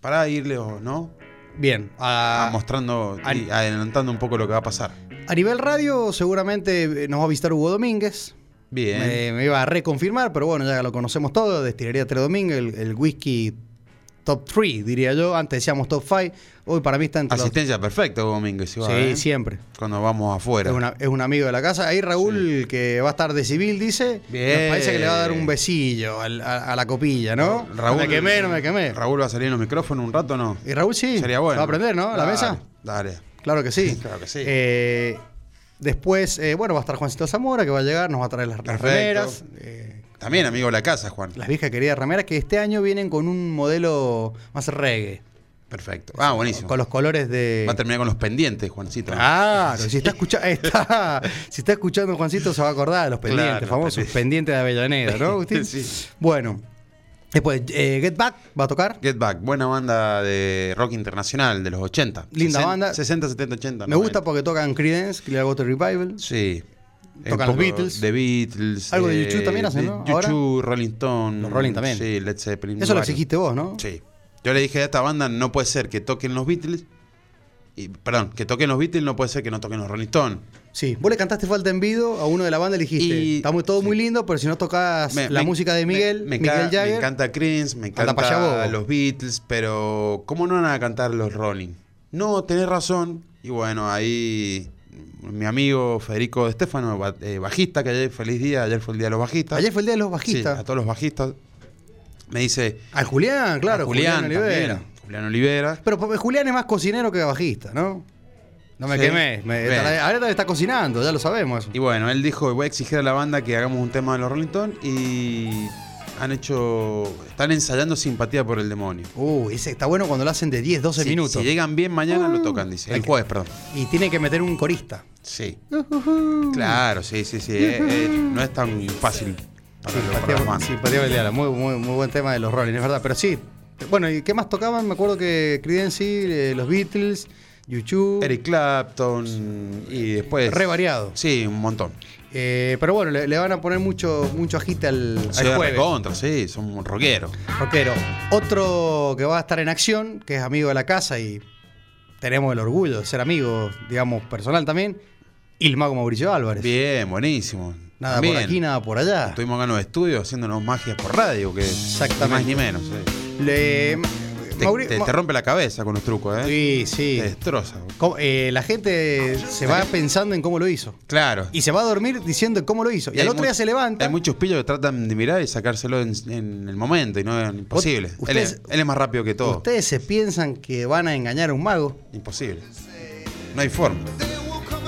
Speaker 5: Para irle, o ¿no?
Speaker 4: Bien.
Speaker 5: Ah,
Speaker 4: A,
Speaker 5: mostrando y adelantando un poco lo que va a pasar.
Speaker 4: a nivel radio, seguramente eh, nos va a visitar Hugo Domínguez.
Speaker 5: Bien.
Speaker 4: Me, me iba a reconfirmar, pero bueno, ya lo conocemos todo. Destilería Tres Domingos, el, el whisky top 3, diría yo. Antes decíamos top 5. Hoy para mí está entre los-
Speaker 5: Asistencia perfecta, Domingo. Si va,
Speaker 4: Sí,
Speaker 5: ¿eh?
Speaker 4: siempre.
Speaker 5: Cuando vamos
Speaker 4: Es,
Speaker 5: afuera.
Speaker 4: una- es un amigo de la casa. Ahí Raúl, que va a estar de civil, dice.
Speaker 5: Bien.
Speaker 4: Me parece que le va a dar un besillo al- a, a la copilla, ¿no?
Speaker 5: Raúl,
Speaker 4: Me quemé, no me quemé.
Speaker 5: Raúl va a salir en los micrófonos un rato, ¿no?
Speaker 4: Y Raúl sí.
Speaker 5: Sería bueno.
Speaker 4: Va a aprender, ¿no? A la
Speaker 5: Dale,
Speaker 4: mesa.
Speaker 5: Dale.
Speaker 4: Claro que sí.
Speaker 5: Claro que sí.
Speaker 4: Eh, después, eh, bueno, va a estar Juancito Zamora, que va a llegar, nos va a traer las, las
Speaker 5: Perfecto.
Speaker 4: remeras. eh,
Speaker 5: También amigo de la casa, Juan.
Speaker 4: las viejas queridas remeras que este año vienen con un modelo más reggae.
Speaker 5: Perfecto. Ah, buenísimo.
Speaker 4: Con los Ah. colores de.
Speaker 5: Va a terminar con los pendientes, Juancito.
Speaker 4: Claro, si está, escucha- está- si está escuchando Juancito se va a acordar de los pendientes,
Speaker 5: Claro,
Speaker 4: famosos
Speaker 5: pendientes.
Speaker 4: pendientes de Avellaneda, ¿no, Agustín?
Speaker 5: Sí.
Speaker 4: Bueno, después eh, Get Back va a tocar.
Speaker 5: Get Back, buena banda de rock internacional de los 80.
Speaker 4: Linda
Speaker 5: Sesen-
Speaker 4: banda.
Speaker 5: 60, 70, 80.
Speaker 4: Me gusta
Speaker 5: 90.
Speaker 4: porque tocan Creedence, Clearwater Revival.
Speaker 5: Sí.
Speaker 4: Tocan
Speaker 5: Un
Speaker 4: los
Speaker 5: poco
Speaker 4: Beatles.
Speaker 5: The Beatles. eh,
Speaker 4: Algo de YouTube también hacen, ¿no?
Speaker 5: de YouTube, Rolling Stone.
Speaker 4: Los Rolling también.
Speaker 5: Sí, Led Zeppelin.
Speaker 4: Eso lo
Speaker 5: varios.
Speaker 4: exigiste vos, ¿no?
Speaker 5: Sí. Yo le dije a esta banda, no puede ser que toquen los Beatles. Y, perdón, que toquen los Beatles, no puede ser que no toquen los Rolling Stone.
Speaker 4: Sí. Vos le cantaste Falta en Vido a uno de la banda y le dijiste,
Speaker 5: Y-
Speaker 4: está muy, todo muy lindo, pero si no tocas
Speaker 5: Me-
Speaker 4: la
Speaker 5: me-
Speaker 4: música de Miguel,
Speaker 5: me, me
Speaker 4: Miguel
Speaker 5: ca-
Speaker 4: Jagger,
Speaker 5: me encanta Creedence, me
Speaker 4: Anda pa' allá
Speaker 5: encanta
Speaker 4: vos.
Speaker 5: los Beatles, pero ¿cómo no van a cantar los Rolling? No, tenés razón. Y bueno, ahí mi amigo Federico Estefano, ba- eh, bajista, que ayer, feliz día, ayer fue el día de los bajistas.
Speaker 4: ayer fue el día de los
Speaker 5: Sí,
Speaker 4: bajistas.
Speaker 5: a todos los bajistas. Me dice,
Speaker 4: A Julián, claro,
Speaker 5: a Julián,
Speaker 4: Julián Olivera.
Speaker 5: también, Julián Olivera.
Speaker 4: Pero porque Julián es más cocinero que bajista, ¿no? No me
Speaker 5: Sí.
Speaker 4: quemé. me-
Speaker 5: Bien.
Speaker 4: ahora ahora está cocinando, ya lo sabemos. eso.
Speaker 5: Y bueno, él dijo, voy a exigir a la banda que hagamos un tema de los Rolling Stones y han hecho, están ensayando simpatía por el demonio.
Speaker 4: Uh, ese está bueno cuando lo hacen de 10, 12
Speaker 5: Si-
Speaker 4: minutos.
Speaker 5: Si llegan bien mañana lo tocan, dice. El
Speaker 4: Ok.
Speaker 5: jueves, perdón.
Speaker 4: Y tiene que meter un corista.
Speaker 5: Sí. Claro, sí, sí, sí. Eh, eh, no es tan fácil para los- para
Speaker 4: Simpatía,
Speaker 5: las bandas.
Speaker 4: simpatía bailarla, muy, muy, muy buen tema de los Rolling, es verdad. Pero sí, bueno, ¿y qué más tocaban? Me acuerdo que Creedence, eh, los Beatles, YouTube.
Speaker 5: Eric Clapton y después...
Speaker 4: Re variado.
Speaker 5: Sí, un montón.
Speaker 4: Eh, pero bueno, le, le van a poner mucho, mucho agite al, al
Speaker 5: Se
Speaker 4: jueves.
Speaker 5: recontra, sí, son un rockero.
Speaker 4: Rockero. Otro que va a estar en acción, que es amigo de la casa y tenemos el orgullo de ser amigo, digamos, personal también, Ilmago Mauricio Álvarez.
Speaker 5: Bien, buenísimo.
Speaker 4: Nada
Speaker 5: También.
Speaker 4: por aquí, nada por allá.
Speaker 5: Estuvimos acá en los estudios haciéndonos magias por radio, que
Speaker 4: Exactamente.
Speaker 5: ni más ni menos. eh.
Speaker 4: Le-
Speaker 5: Te,
Speaker 4: Mauri-
Speaker 5: te-
Speaker 4: Ma-
Speaker 5: te rompe la cabeza con los trucos, ¿eh?
Speaker 4: Sí, sí.
Speaker 5: Te destroza. bro.
Speaker 4: Co- eh, la gente se va pensando en cómo lo hizo.
Speaker 5: Claro.
Speaker 4: Y se va a dormir diciendo cómo lo hizo. Y, al
Speaker 5: hay
Speaker 4: otro día
Speaker 5: mu-
Speaker 4: se levanta.
Speaker 5: Hay muchos pillos que tratan de mirar y sacárselo en, en el momento y no es imposible. Él
Speaker 4: ustedes-
Speaker 5: es- él, es más rápido que todo.
Speaker 4: Ustedes se piensan que van a engañar a un mago.
Speaker 5: Imposible. No hay forma.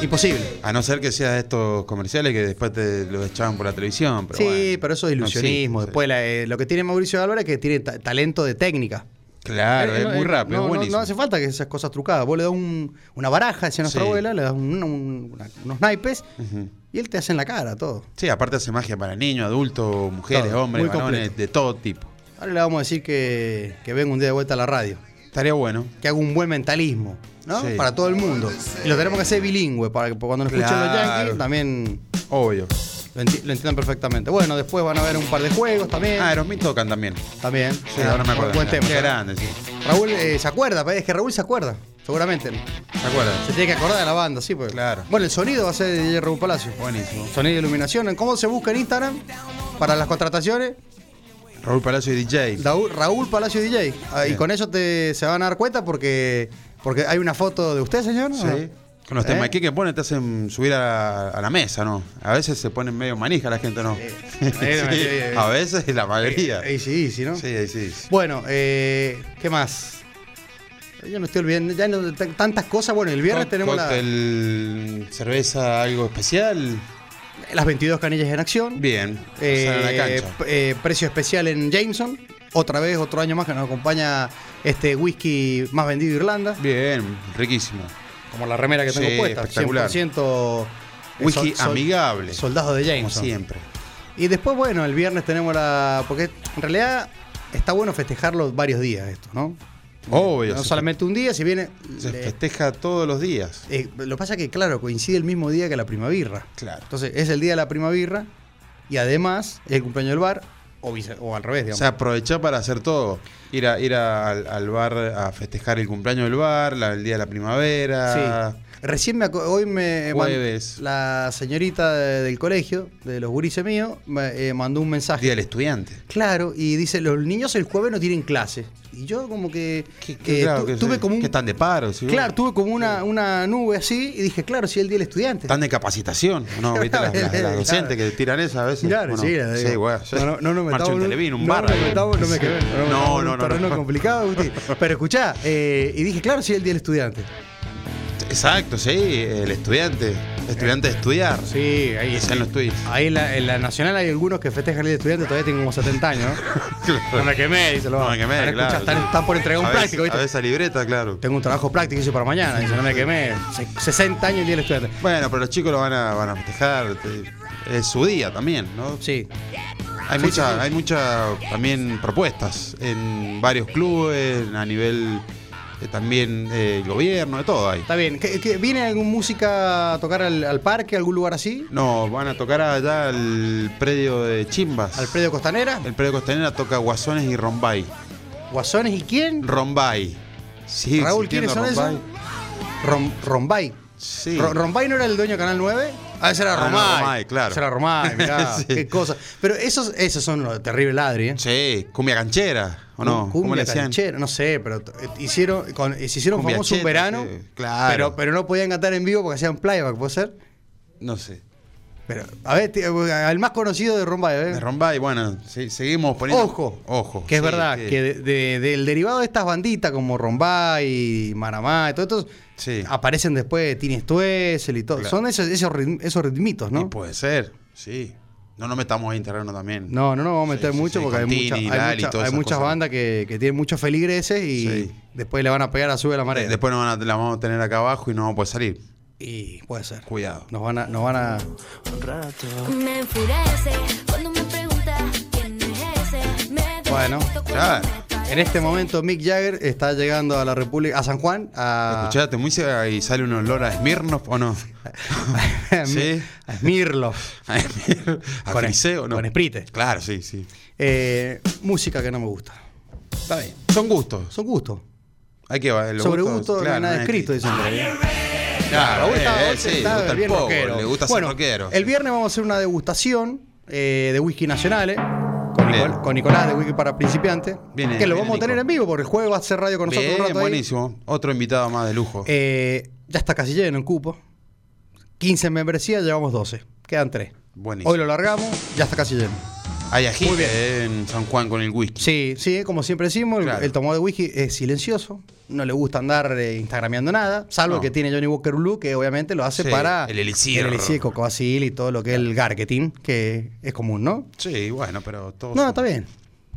Speaker 4: Imposible.
Speaker 5: A no ser que sea de estos comerciales que después te los echaban por la televisión. Pero
Speaker 4: sí,
Speaker 5: bueno.
Speaker 4: pero eso es
Speaker 5: No, sí,
Speaker 4: ilusionismo.
Speaker 5: sí.
Speaker 4: Después la- eh, lo que tiene Mauricio Álvarez es que tiene ta- talento de técnica.
Speaker 5: Claro,
Speaker 4: Eh,
Speaker 5: es
Speaker 4: no,
Speaker 5: muy
Speaker 4: eh,
Speaker 5: rápido,
Speaker 4: no,
Speaker 5: es
Speaker 4: no-
Speaker 5: buenísimo.
Speaker 4: No, hace falta que esas cosas trucadas. Vos le das un- una baraja, decía nuestra
Speaker 5: Sí.
Speaker 4: abuela, le das un- un- una- unos naipes
Speaker 5: Ujú.
Speaker 4: y él te hace en la cara todo.
Speaker 5: Sí, aparte hace magia para niños, adultos, mujeres,
Speaker 4: Todo,
Speaker 5: hombres,
Speaker 4: muy
Speaker 5: varones,
Speaker 4: completo.
Speaker 5: de todo tipo.
Speaker 4: Ahora le vamos a decir que, que venga un día de vuelta a la radio.
Speaker 5: Estaría bueno.
Speaker 4: Que haga un buen mentalismo, ¿no?
Speaker 5: Sí.
Speaker 4: Para todo el mundo. Y lo tenemos que hacer bilingüe, para que cuando nos escuchen los
Speaker 5: Claro.
Speaker 4: yankees también
Speaker 5: Obvio.
Speaker 4: lo, enti- lo entiendan perfectamente. Bueno, después van a ver un par de juegos también.
Speaker 5: Ah, Aerosmith tocan también.
Speaker 4: También.
Speaker 5: Sí, ahora me acuerdo.
Speaker 4: Buen tema.
Speaker 5: Qué grande, sí.
Speaker 4: Raúl eh, se acuerda, pa- es que Raúl se acuerda, seguramente.
Speaker 5: ¿Se acuerdan?
Speaker 4: Se tiene que acordar de la banda, sí, pues.
Speaker 5: Claro.
Speaker 4: Bueno, el sonido va a ser de DJ Raúl Palacio.
Speaker 5: Buenísimo.
Speaker 4: Sonido de iluminación. ¿Cómo se busca en Instagram para las contrataciones?
Speaker 5: Raúl Palacio y DJ.
Speaker 4: Raúl, Raúl Palacio DJ. Ah, y
Speaker 5: Bien.
Speaker 4: con eso te, se van a dar cuenta porque, porque hay una foto de usted, señor. ¿no?
Speaker 5: Sí. Con los
Speaker 4: ¿Eh?
Speaker 5: temas aquí que ponen te hacen subir a, a la mesa, ¿no? A veces se ponen medio manija la gente, ¿no?
Speaker 4: Sí. Sí.
Speaker 5: A veces la mayoría.
Speaker 4: Ahí Eh, sí, sí, ¿no?
Speaker 5: Sí, ahí sí.
Speaker 4: Bueno, eh, ¿qué más? Yo no estoy olvidando, ya no, t- tantas cosas. Bueno, el viernes
Speaker 5: Cóc-
Speaker 4: tenemos la-
Speaker 5: cóctel, cerveza, algo especial.
Speaker 4: las 22 canillas en acción.
Speaker 5: Bien.
Speaker 4: Eh,
Speaker 5: salen a la cancha.
Speaker 4: p- eh, precio especial en Jameson. Otra vez, otro año más que nos acompaña este whisky más vendido de Irlanda.
Speaker 5: Bien, riquísimo.
Speaker 4: Como la remera que tengo
Speaker 5: Sí,
Speaker 4: puesta.
Speaker 5: espectacular.
Speaker 4: 100%
Speaker 5: Whisky
Speaker 4: eh, sol- sol-
Speaker 5: amigable.
Speaker 4: Soldado de
Speaker 5: Como
Speaker 4: Jameson.
Speaker 5: siempre.
Speaker 4: Y después, bueno, el viernes tenemos la. Porque en realidad está bueno festejarlo varios días esto, ¿no?
Speaker 5: Obvio.
Speaker 4: No
Speaker 5: se-
Speaker 4: solamente un día, si viene.
Speaker 5: Se
Speaker 4: le-
Speaker 5: festeja todos los días.
Speaker 4: eh, lo que pasa es que, claro, coincide el mismo día que la primavera.
Speaker 5: Claro.
Speaker 4: Entonces, es el día de la primavera y además es el cumpleaños del bar, o, vice- o al revés,
Speaker 5: O
Speaker 4: digamos.
Speaker 5: sea, aprovechar para hacer todo. Ir, a, ir a- al, al bar a festejar el cumpleaños del bar, la- el día de la primavera.
Speaker 4: Sí. Ah, Recién me aco- hoy me eh, man-
Speaker 5: Jueves.
Speaker 4: la señorita de- del colegio, de los gurises míos, me eh, mandó un mensaje.
Speaker 5: Día del estudiante.
Speaker 4: Claro, y dice, los niños el jueves no tienen clase. Y yo como que,
Speaker 5: Que-
Speaker 4: eh,
Speaker 5: que- claro,
Speaker 4: tu-
Speaker 5: que
Speaker 4: tuve
Speaker 5: se-
Speaker 4: como un-
Speaker 5: que están de paro. sí,
Speaker 4: claro,
Speaker 5: bueno.
Speaker 4: tuve como una, una nube así y dije, claro, sí, el día del estudiante.
Speaker 5: Están de capacitación. No, viste las, las- las docentes que tiran esa a veces.
Speaker 4: Claro,
Speaker 5: Bueno,
Speaker 4: sí, la-
Speaker 5: bueno, sí.
Speaker 4: No, no, no nos
Speaker 5: Marcha
Speaker 4: metamos.
Speaker 5: un
Speaker 4: no-
Speaker 5: Televín, un
Speaker 4: no
Speaker 5: bar.
Speaker 4: nos
Speaker 5: ahí.
Speaker 4: metamos, no me quedé.
Speaker 5: No, no, no.
Speaker 4: Terreno
Speaker 5: no.
Speaker 4: complicado, Guti. Pero escuchá, eh, y dije, claro, sí, el día del estudiante.
Speaker 5: Exacto, sí. El estudiante. Estudiante de estudiar.
Speaker 4: Sí, ahí
Speaker 5: Están los tweets.
Speaker 4: Ahí en la, en la Nacional hay algunos que festejan el Día del Estudiante, todavía tienen como 70 años.
Speaker 5: Claro.
Speaker 4: No me quemé, dice lo
Speaker 5: No me quemé,
Speaker 4: Ahora
Speaker 5: claro.
Speaker 4: escuchá, están, están por entregar un
Speaker 5: A veces-
Speaker 4: práctico, ¿viste?
Speaker 5: A esa libreta, claro.
Speaker 4: Tengo un trabajo práctico hice para mañana, dice, no me quemé. Se- 60 años el Día del Estudiante.
Speaker 5: Bueno, pero los chicos lo van a, van a festejar. te- Es su día también, ¿no?
Speaker 4: Sí,
Speaker 5: Hay mucha, hay mucha también propuestas en varios clubes, a nivel eh, también eh, gobierno, de todo hay.
Speaker 4: está bien. ¿Qué- qué- ¿Viene algún música a tocar al, al parque, a algún lugar así?
Speaker 5: No, van a tocar allá al predio de Chimbas.
Speaker 4: ¿Al predio Costanera?
Speaker 5: El predio Costanera toca Guasones y Rombay.
Speaker 4: ¿Guasones y quién?
Speaker 5: Rombay. Sí,
Speaker 4: Raúl,
Speaker 5: existiendo
Speaker 4: ¿quiénes son esos?
Speaker 5: Rombay.
Speaker 4: Rom- Rombay.
Speaker 5: Sí.
Speaker 4: Ro- ¿Rombay no era el dueño de Canal 9? Ah, ese era
Speaker 5: Ah, no,
Speaker 4: Romay.
Speaker 5: Romay, claro.
Speaker 4: Ese era Romay, mirá,
Speaker 5: Sí.
Speaker 4: qué cosa. Pero esos, esos son los terribles ladri, ¿eh?
Speaker 5: Sí, cumbia canchera, ¿o no?
Speaker 4: Cum-
Speaker 5: ¿Cómo
Speaker 4: Cumbia,
Speaker 5: le decían?
Speaker 4: canchera, no sé, pero t- eh, hicieron, con- eh, se hicieron
Speaker 5: Cumbia
Speaker 4: famosos un
Speaker 5: cheta,
Speaker 4: verano,
Speaker 5: sí, claro.
Speaker 4: pero, pero no podían cantar en vivo porque hacían playback, ¿puede ser?
Speaker 5: No sé.
Speaker 4: Pero, a ver, t- al más conocido de Rombay, ¿eh?
Speaker 5: De Rombay, bueno, sí, seguimos poniendo...
Speaker 4: Ojo,
Speaker 5: Ojo.
Speaker 4: Que es
Speaker 5: sí,
Speaker 4: verdad,
Speaker 5: sí.
Speaker 4: que de- de- del derivado de estas banditas como Rombay, Maramá y todos estos,
Speaker 5: Sí.
Speaker 4: aparecen después Tini Stoessel y todo.
Speaker 5: Claro.
Speaker 4: Son esos, esos, rit- esos ritmitos,
Speaker 5: Y
Speaker 4: ¿no?
Speaker 5: puede ser, sí. No nos metamos ahí en terreno también.
Speaker 4: No, no, no vamos a meter
Speaker 5: Sí, sí,
Speaker 4: mucho
Speaker 5: sí,
Speaker 4: porque hay,
Speaker 5: con Tini,
Speaker 4: mucha- hay
Speaker 5: Lali,
Speaker 4: mucha-
Speaker 5: todas
Speaker 4: hay
Speaker 5: esas
Speaker 4: muchas
Speaker 5: cosas.
Speaker 4: bandas que, que tienen muchos feligreses y
Speaker 5: Sí.
Speaker 4: después le van a pegar a sube la marea.
Speaker 5: Después nos van a- la vamos a tener acá abajo y no vamos a poder salir.
Speaker 4: Y puede ser.
Speaker 5: Cuidado.
Speaker 4: Nos van a, nos van a.
Speaker 7: Me enfurece cuando me pregunta quién es ese. Me
Speaker 4: Bueno,
Speaker 7: despierto cuando
Speaker 5: ya.
Speaker 7: me parece.
Speaker 4: En este momento Mick Jagger está llegando a la República, a San Juan, a,
Speaker 5: Ah. Escuchate, muy cerca y sale un olor a Smirnoff o no. Sí.
Speaker 4: a Smirloff.
Speaker 5: a Smir- a
Speaker 4: Con-
Speaker 5: Friseo, ¿no?
Speaker 4: con Sprite.
Speaker 5: Claro, sí, sí.
Speaker 4: Eh, música que no me gusta.
Speaker 5: Está bien. Son gustos.
Speaker 4: Son gustos.
Speaker 5: Hay que va- los
Speaker 4: Sobre
Speaker 5: gustos,
Speaker 4: gusto no
Speaker 5: claro,
Speaker 4: hay nada
Speaker 5: no es
Speaker 4: escrito, dicen. por ahí.
Speaker 5: Claro,
Speaker 4: Raúl
Speaker 5: eh,
Speaker 4: está-
Speaker 5: eh, sí,
Speaker 4: está
Speaker 5: le gusta el
Speaker 4: bien
Speaker 5: pogo,
Speaker 4: rockero.
Speaker 5: le gusta
Speaker 4: Bueno,
Speaker 5: ser rockero.
Speaker 4: El viernes vamos a hacer una degustación eh, de whisky nacionales con,
Speaker 5: Bien.
Speaker 4: Nicol- con Nicolás de Whisky para Principiantes.
Speaker 5: Viene-
Speaker 4: que lo
Speaker 5: viene
Speaker 4: vamos a tener
Speaker 5: Nico.
Speaker 4: en vivo porque el jueves va a hacer radio con nosotros
Speaker 5: Bien,
Speaker 4: un rato. ahí.
Speaker 5: buenísimo. Otro invitado más de lujo.
Speaker 4: Eh, ya está casi lleno el cupo. 15 membresías, llevamos 12. Quedan 3.
Speaker 5: Buenísimo.
Speaker 4: Hoy lo largamos, ya está casi lleno.
Speaker 5: Hay ají
Speaker 4: Muy bien.
Speaker 5: en San Juan con el whisky.
Speaker 4: Sí, sí, como siempre decimos, el-
Speaker 5: Claro.
Speaker 4: el tomador de whisky es silencioso, no le gusta andar eh, instagrameando nada, salvo
Speaker 5: No.
Speaker 4: que tiene Johnny Walker Blue, que obviamente lo hace
Speaker 5: Sí,
Speaker 4: para
Speaker 5: el elixir.
Speaker 4: el elixir, cocoasil y todo lo que es el garketing, que es común, ¿no?
Speaker 5: Sí, bueno, pero todo.
Speaker 4: No, está bien,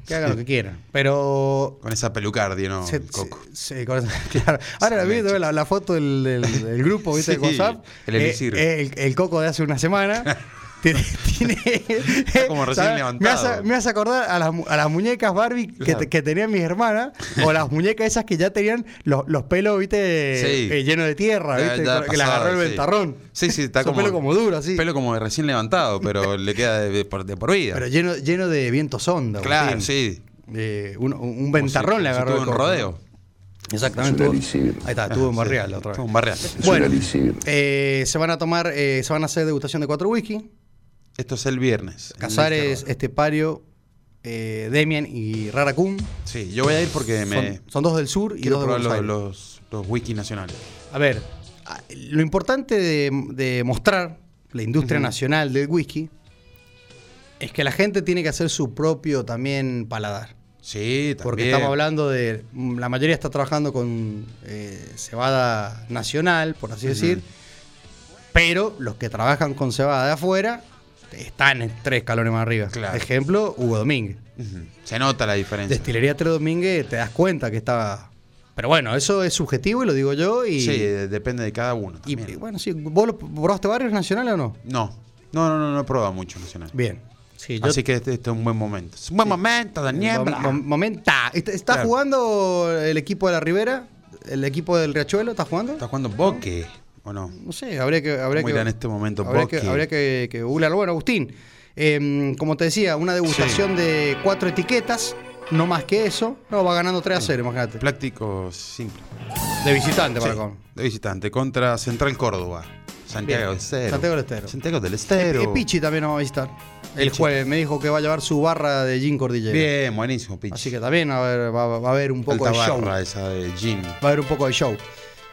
Speaker 4: que hagan lo que quieran, pero...
Speaker 5: Con esa pelucardia, ¿no?
Speaker 4: se-
Speaker 5: El coco.
Speaker 4: se- se- con- claro. Ahora la, vi,
Speaker 5: leche.
Speaker 4: la, la foto del, del- del grupo, ¿viste?
Speaker 5: Sí,
Speaker 4: de WhatsApp.
Speaker 5: el
Speaker 4: eh,
Speaker 5: elixir.
Speaker 4: eh, el, el coco de hace una semana. Tiene, tiene- eh,
Speaker 5: como recién
Speaker 4: ¿sabes? Me
Speaker 5: levantado.
Speaker 4: hace, me hace acordar a las, mu- a las muñecas Barbie que,
Speaker 5: Claro.
Speaker 4: te- que tenían mis hermanas, o las muñecas esas que ya tenían los, los pelos, viste,
Speaker 5: Sí.
Speaker 4: Eh, llenos de tierra,
Speaker 5: Ya-
Speaker 4: viste,
Speaker 5: ya
Speaker 4: que la
Speaker 5: pasada,
Speaker 4: agarró el
Speaker 5: sí.
Speaker 4: ventarrón.
Speaker 5: Sí, sí, está
Speaker 4: Son
Speaker 5: como.
Speaker 4: pelo como duro, así.
Speaker 5: Pelo como de recién levantado, pero le queda de, de por, de por vida.
Speaker 4: Pero lleno, lleno de vientos onda.
Speaker 5: claro,
Speaker 4: Agustín.
Speaker 5: sí.
Speaker 4: Eh, un, un
Speaker 5: Como
Speaker 4: ventarrón
Speaker 5: si-
Speaker 4: le
Speaker 5: como si
Speaker 4: agarró.
Speaker 5: tuvo
Speaker 4: el
Speaker 5: un
Speaker 4: coco.
Speaker 5: rodeo.
Speaker 4: Exactamente.
Speaker 8: Es un
Speaker 4: tuvo-
Speaker 8: elixir.
Speaker 4: Ahí está, tuvo un barrial la otra vez.
Speaker 5: Tuvo Ah, un barrial.
Speaker 4: Bueno,
Speaker 8: un elixir.
Speaker 4: eh, se van a tomar, eh, se van a hacer degustación de cuatro whisky.
Speaker 5: este Esto es el viernes. en
Speaker 4: Casares,
Speaker 5: Instagram.
Speaker 4: Estepario, eh, Demian y Raracum.
Speaker 5: Sí, yo voy a ir porque me.
Speaker 4: Son, son dos del sur y
Speaker 5: quiero
Speaker 4: dos de
Speaker 5: probar
Speaker 4: Buenos
Speaker 5: los,
Speaker 4: Aires.
Speaker 5: los, los whisky nacionales.
Speaker 4: A ver, a- lo importante de, de mostrar la industria nacional del whisky es que la gente tiene que hacer su propio también paladar.
Speaker 5: Sí, también.
Speaker 4: Porque estamos hablando de. mm, La mayoría está trabajando con eh, cebada nacional, por así decir. Pero los que trabajan con cebada de afuera están en tres escalones más arriba.
Speaker 5: Claro.
Speaker 4: Ejemplo, Hugo Domínguez.
Speaker 5: Ujú. Se nota la diferencia.
Speaker 4: Destilería Tres Domínguez, te das cuenta que está. Pero bueno, eso es subjetivo y lo digo yo. Y,
Speaker 5: Sí, de- depende de cada uno.
Speaker 4: y,
Speaker 5: también.
Speaker 4: y bueno, sí, ¿vos lo probaste varios nacionales o no?
Speaker 5: No, no, no, no, no he probado mucho nacional.
Speaker 4: Bien. Sí,
Speaker 5: Así que este, este es un buen momento. Es un buen momento, Daniel.
Speaker 4: Mom- mom- momenta. ¿Está, está
Speaker 5: Claro.
Speaker 4: jugando el equipo de la Ribera? ¿El equipo del Riachuelo? ¿Está jugando?
Speaker 5: ¿Estás jugando boque o no?
Speaker 4: No sé, habría que. Habría
Speaker 5: ¿Cómo
Speaker 4: que
Speaker 5: irá en este momento
Speaker 4: Habría que,
Speaker 5: Boque?
Speaker 4: habría que, que googlearlo. Bueno, Agustín, eh, como te decía, una degustación de cuatro etiquetas, no más que eso. No, va ganando 3 a 0, imagínate.
Speaker 5: Plástico simple.
Speaker 4: De visitante, para
Speaker 5: Sí,
Speaker 4: con.
Speaker 5: de visitante contra Central Córdoba.
Speaker 4: Bien.
Speaker 5: Santiago del Estero.
Speaker 4: Santiago del Estero.
Speaker 5: Santiago del
Speaker 4: Eh,
Speaker 5: Estero.
Speaker 4: Pichi también nos va a visitar. El
Speaker 5: Pichi.
Speaker 4: jueves me dijo que va a llevar su barra de Gin Cordillera.
Speaker 5: Bien, buenísimo, Pichi.
Speaker 4: Así que también a ver, va, va a haber un poco
Speaker 5: Alta
Speaker 4: de show.
Speaker 5: barra esa de Jim.
Speaker 4: Va a haber un poco de show.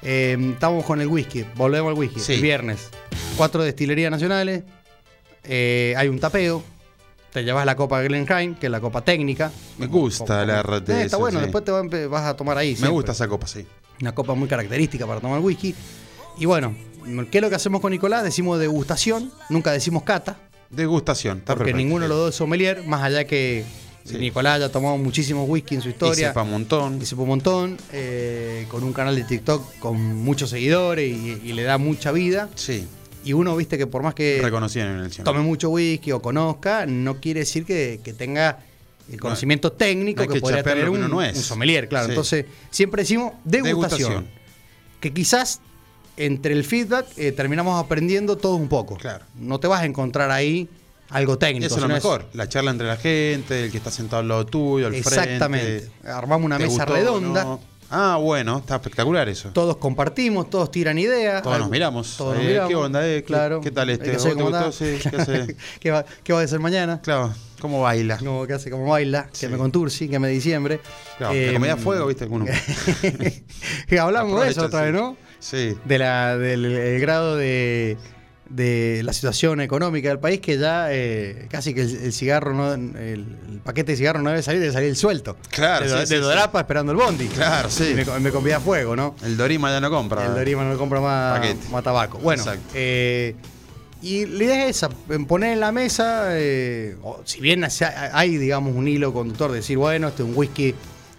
Speaker 4: Eh, estamos con el whisky, volvemos al whisky.
Speaker 5: Sí.
Speaker 4: El viernes. Cuatro destilerías nacionales. eh, hay un tapeo. Te llevas la copa Glenheim, que es la copa técnica.
Speaker 5: Me gusta la RTS.
Speaker 4: Eh, está bueno,
Speaker 5: sí.
Speaker 4: después te va a empe- vas a tomar ahí.
Speaker 5: Me
Speaker 4: siempre.
Speaker 5: gusta esa copa, sí.
Speaker 4: Una copa muy característica para tomar whisky. Y bueno, ¿qué es lo que hacemos con Nicolás? Decimos degustación, nunca decimos cata,
Speaker 5: Degustación, está
Speaker 4: porque
Speaker 5: perfecto.
Speaker 4: ninguno de los dos es sommelier, más allá que
Speaker 5: Sí.
Speaker 4: Nicolás haya tomado muchísimos whisky en su
Speaker 5: historia.
Speaker 4: historia.
Speaker 5: Y sepa un montón.
Speaker 4: Y supo un montón, eh, con un canal de TikTok con muchos seguidores y, y le da mucha vida.
Speaker 5: Sí,
Speaker 4: Y uno, viste, que por más que
Speaker 5: reconocían en el cine.
Speaker 4: tome mucho whisky o conozca, no quiere decir que, que tenga el conocimiento técnico
Speaker 5: no hay
Speaker 4: que,
Speaker 5: que
Speaker 4: podría
Speaker 5: chapear
Speaker 4: tener
Speaker 5: lo que
Speaker 4: un,
Speaker 5: uno no es.
Speaker 4: un sommelier, claro.
Speaker 5: Sí.
Speaker 4: Entonces, siempre decimos degustación.
Speaker 5: Degustación.
Speaker 4: Que quizás entre el feedback eh, terminamos aprendiendo todos un poco.
Speaker 5: Claro.
Speaker 4: No te vas a encontrar ahí algo técnico.
Speaker 5: Eso es lo
Speaker 4: sino
Speaker 5: mejor. La charla entre la gente, el que está sentado al lado tuyo, al frente.
Speaker 4: Exactamente. Armamos una
Speaker 5: ¿Te
Speaker 4: mesa
Speaker 5: gustó o
Speaker 4: redonda.
Speaker 5: no? Ah, bueno, está espectacular eso.
Speaker 4: Todos compartimos, todos tiran ideas.
Speaker 5: Todos nos
Speaker 4: Algo-
Speaker 5: miramos.
Speaker 4: Todos
Speaker 5: Eh,
Speaker 4: nos miramos.
Speaker 5: ¿Qué onda? eh? ¿Qué-
Speaker 4: Claro.
Speaker 5: ¿Qué tal
Speaker 4: Hay
Speaker 5: este?
Speaker 4: que saber
Speaker 5: ¿Vos te
Speaker 4: cómo
Speaker 5: gustó?
Speaker 4: está.
Speaker 5: Sí, ¿qué hace?
Speaker 4: ¿Qué va, ¿Qué va a hacer mañana?
Speaker 5: Claro, ¿cómo baila?
Speaker 4: No, ¿Qué hace? ¿Cómo baila?
Speaker 5: Sí.
Speaker 4: Que me conturci, que me diciembre.
Speaker 5: Claro,
Speaker 4: Eh,
Speaker 5: la comida a fuego, ¿viste? Alguno.
Speaker 4: que hablamos de eso
Speaker 5: Aprovecha,
Speaker 4: otra
Speaker 5: sí.
Speaker 4: vez, ¿no?
Speaker 5: Sí.
Speaker 4: De la, del el grado de, de la situación económica del país, que ya eh, casi que el, el cigarro, no, el, el paquete de cigarro no debe salir, debe salir el suelto.
Speaker 5: Claro,
Speaker 4: De,
Speaker 5: sí,
Speaker 4: de
Speaker 5: sí,
Speaker 4: Dorapa esperando el bondi.
Speaker 5: Claro, sí.
Speaker 4: Y me, me convida a fuego, ¿no?
Speaker 5: El Dorima ya no compra.
Speaker 4: El Dorima no compra más,
Speaker 5: Paquete.
Speaker 4: más tabaco. Bueno,
Speaker 5: Exacto.
Speaker 4: eh, y la idea es esa, en poner en la mesa, eh, o si bien se ha- hay, digamos, un hilo conductor, de decir, bueno, este es un whisky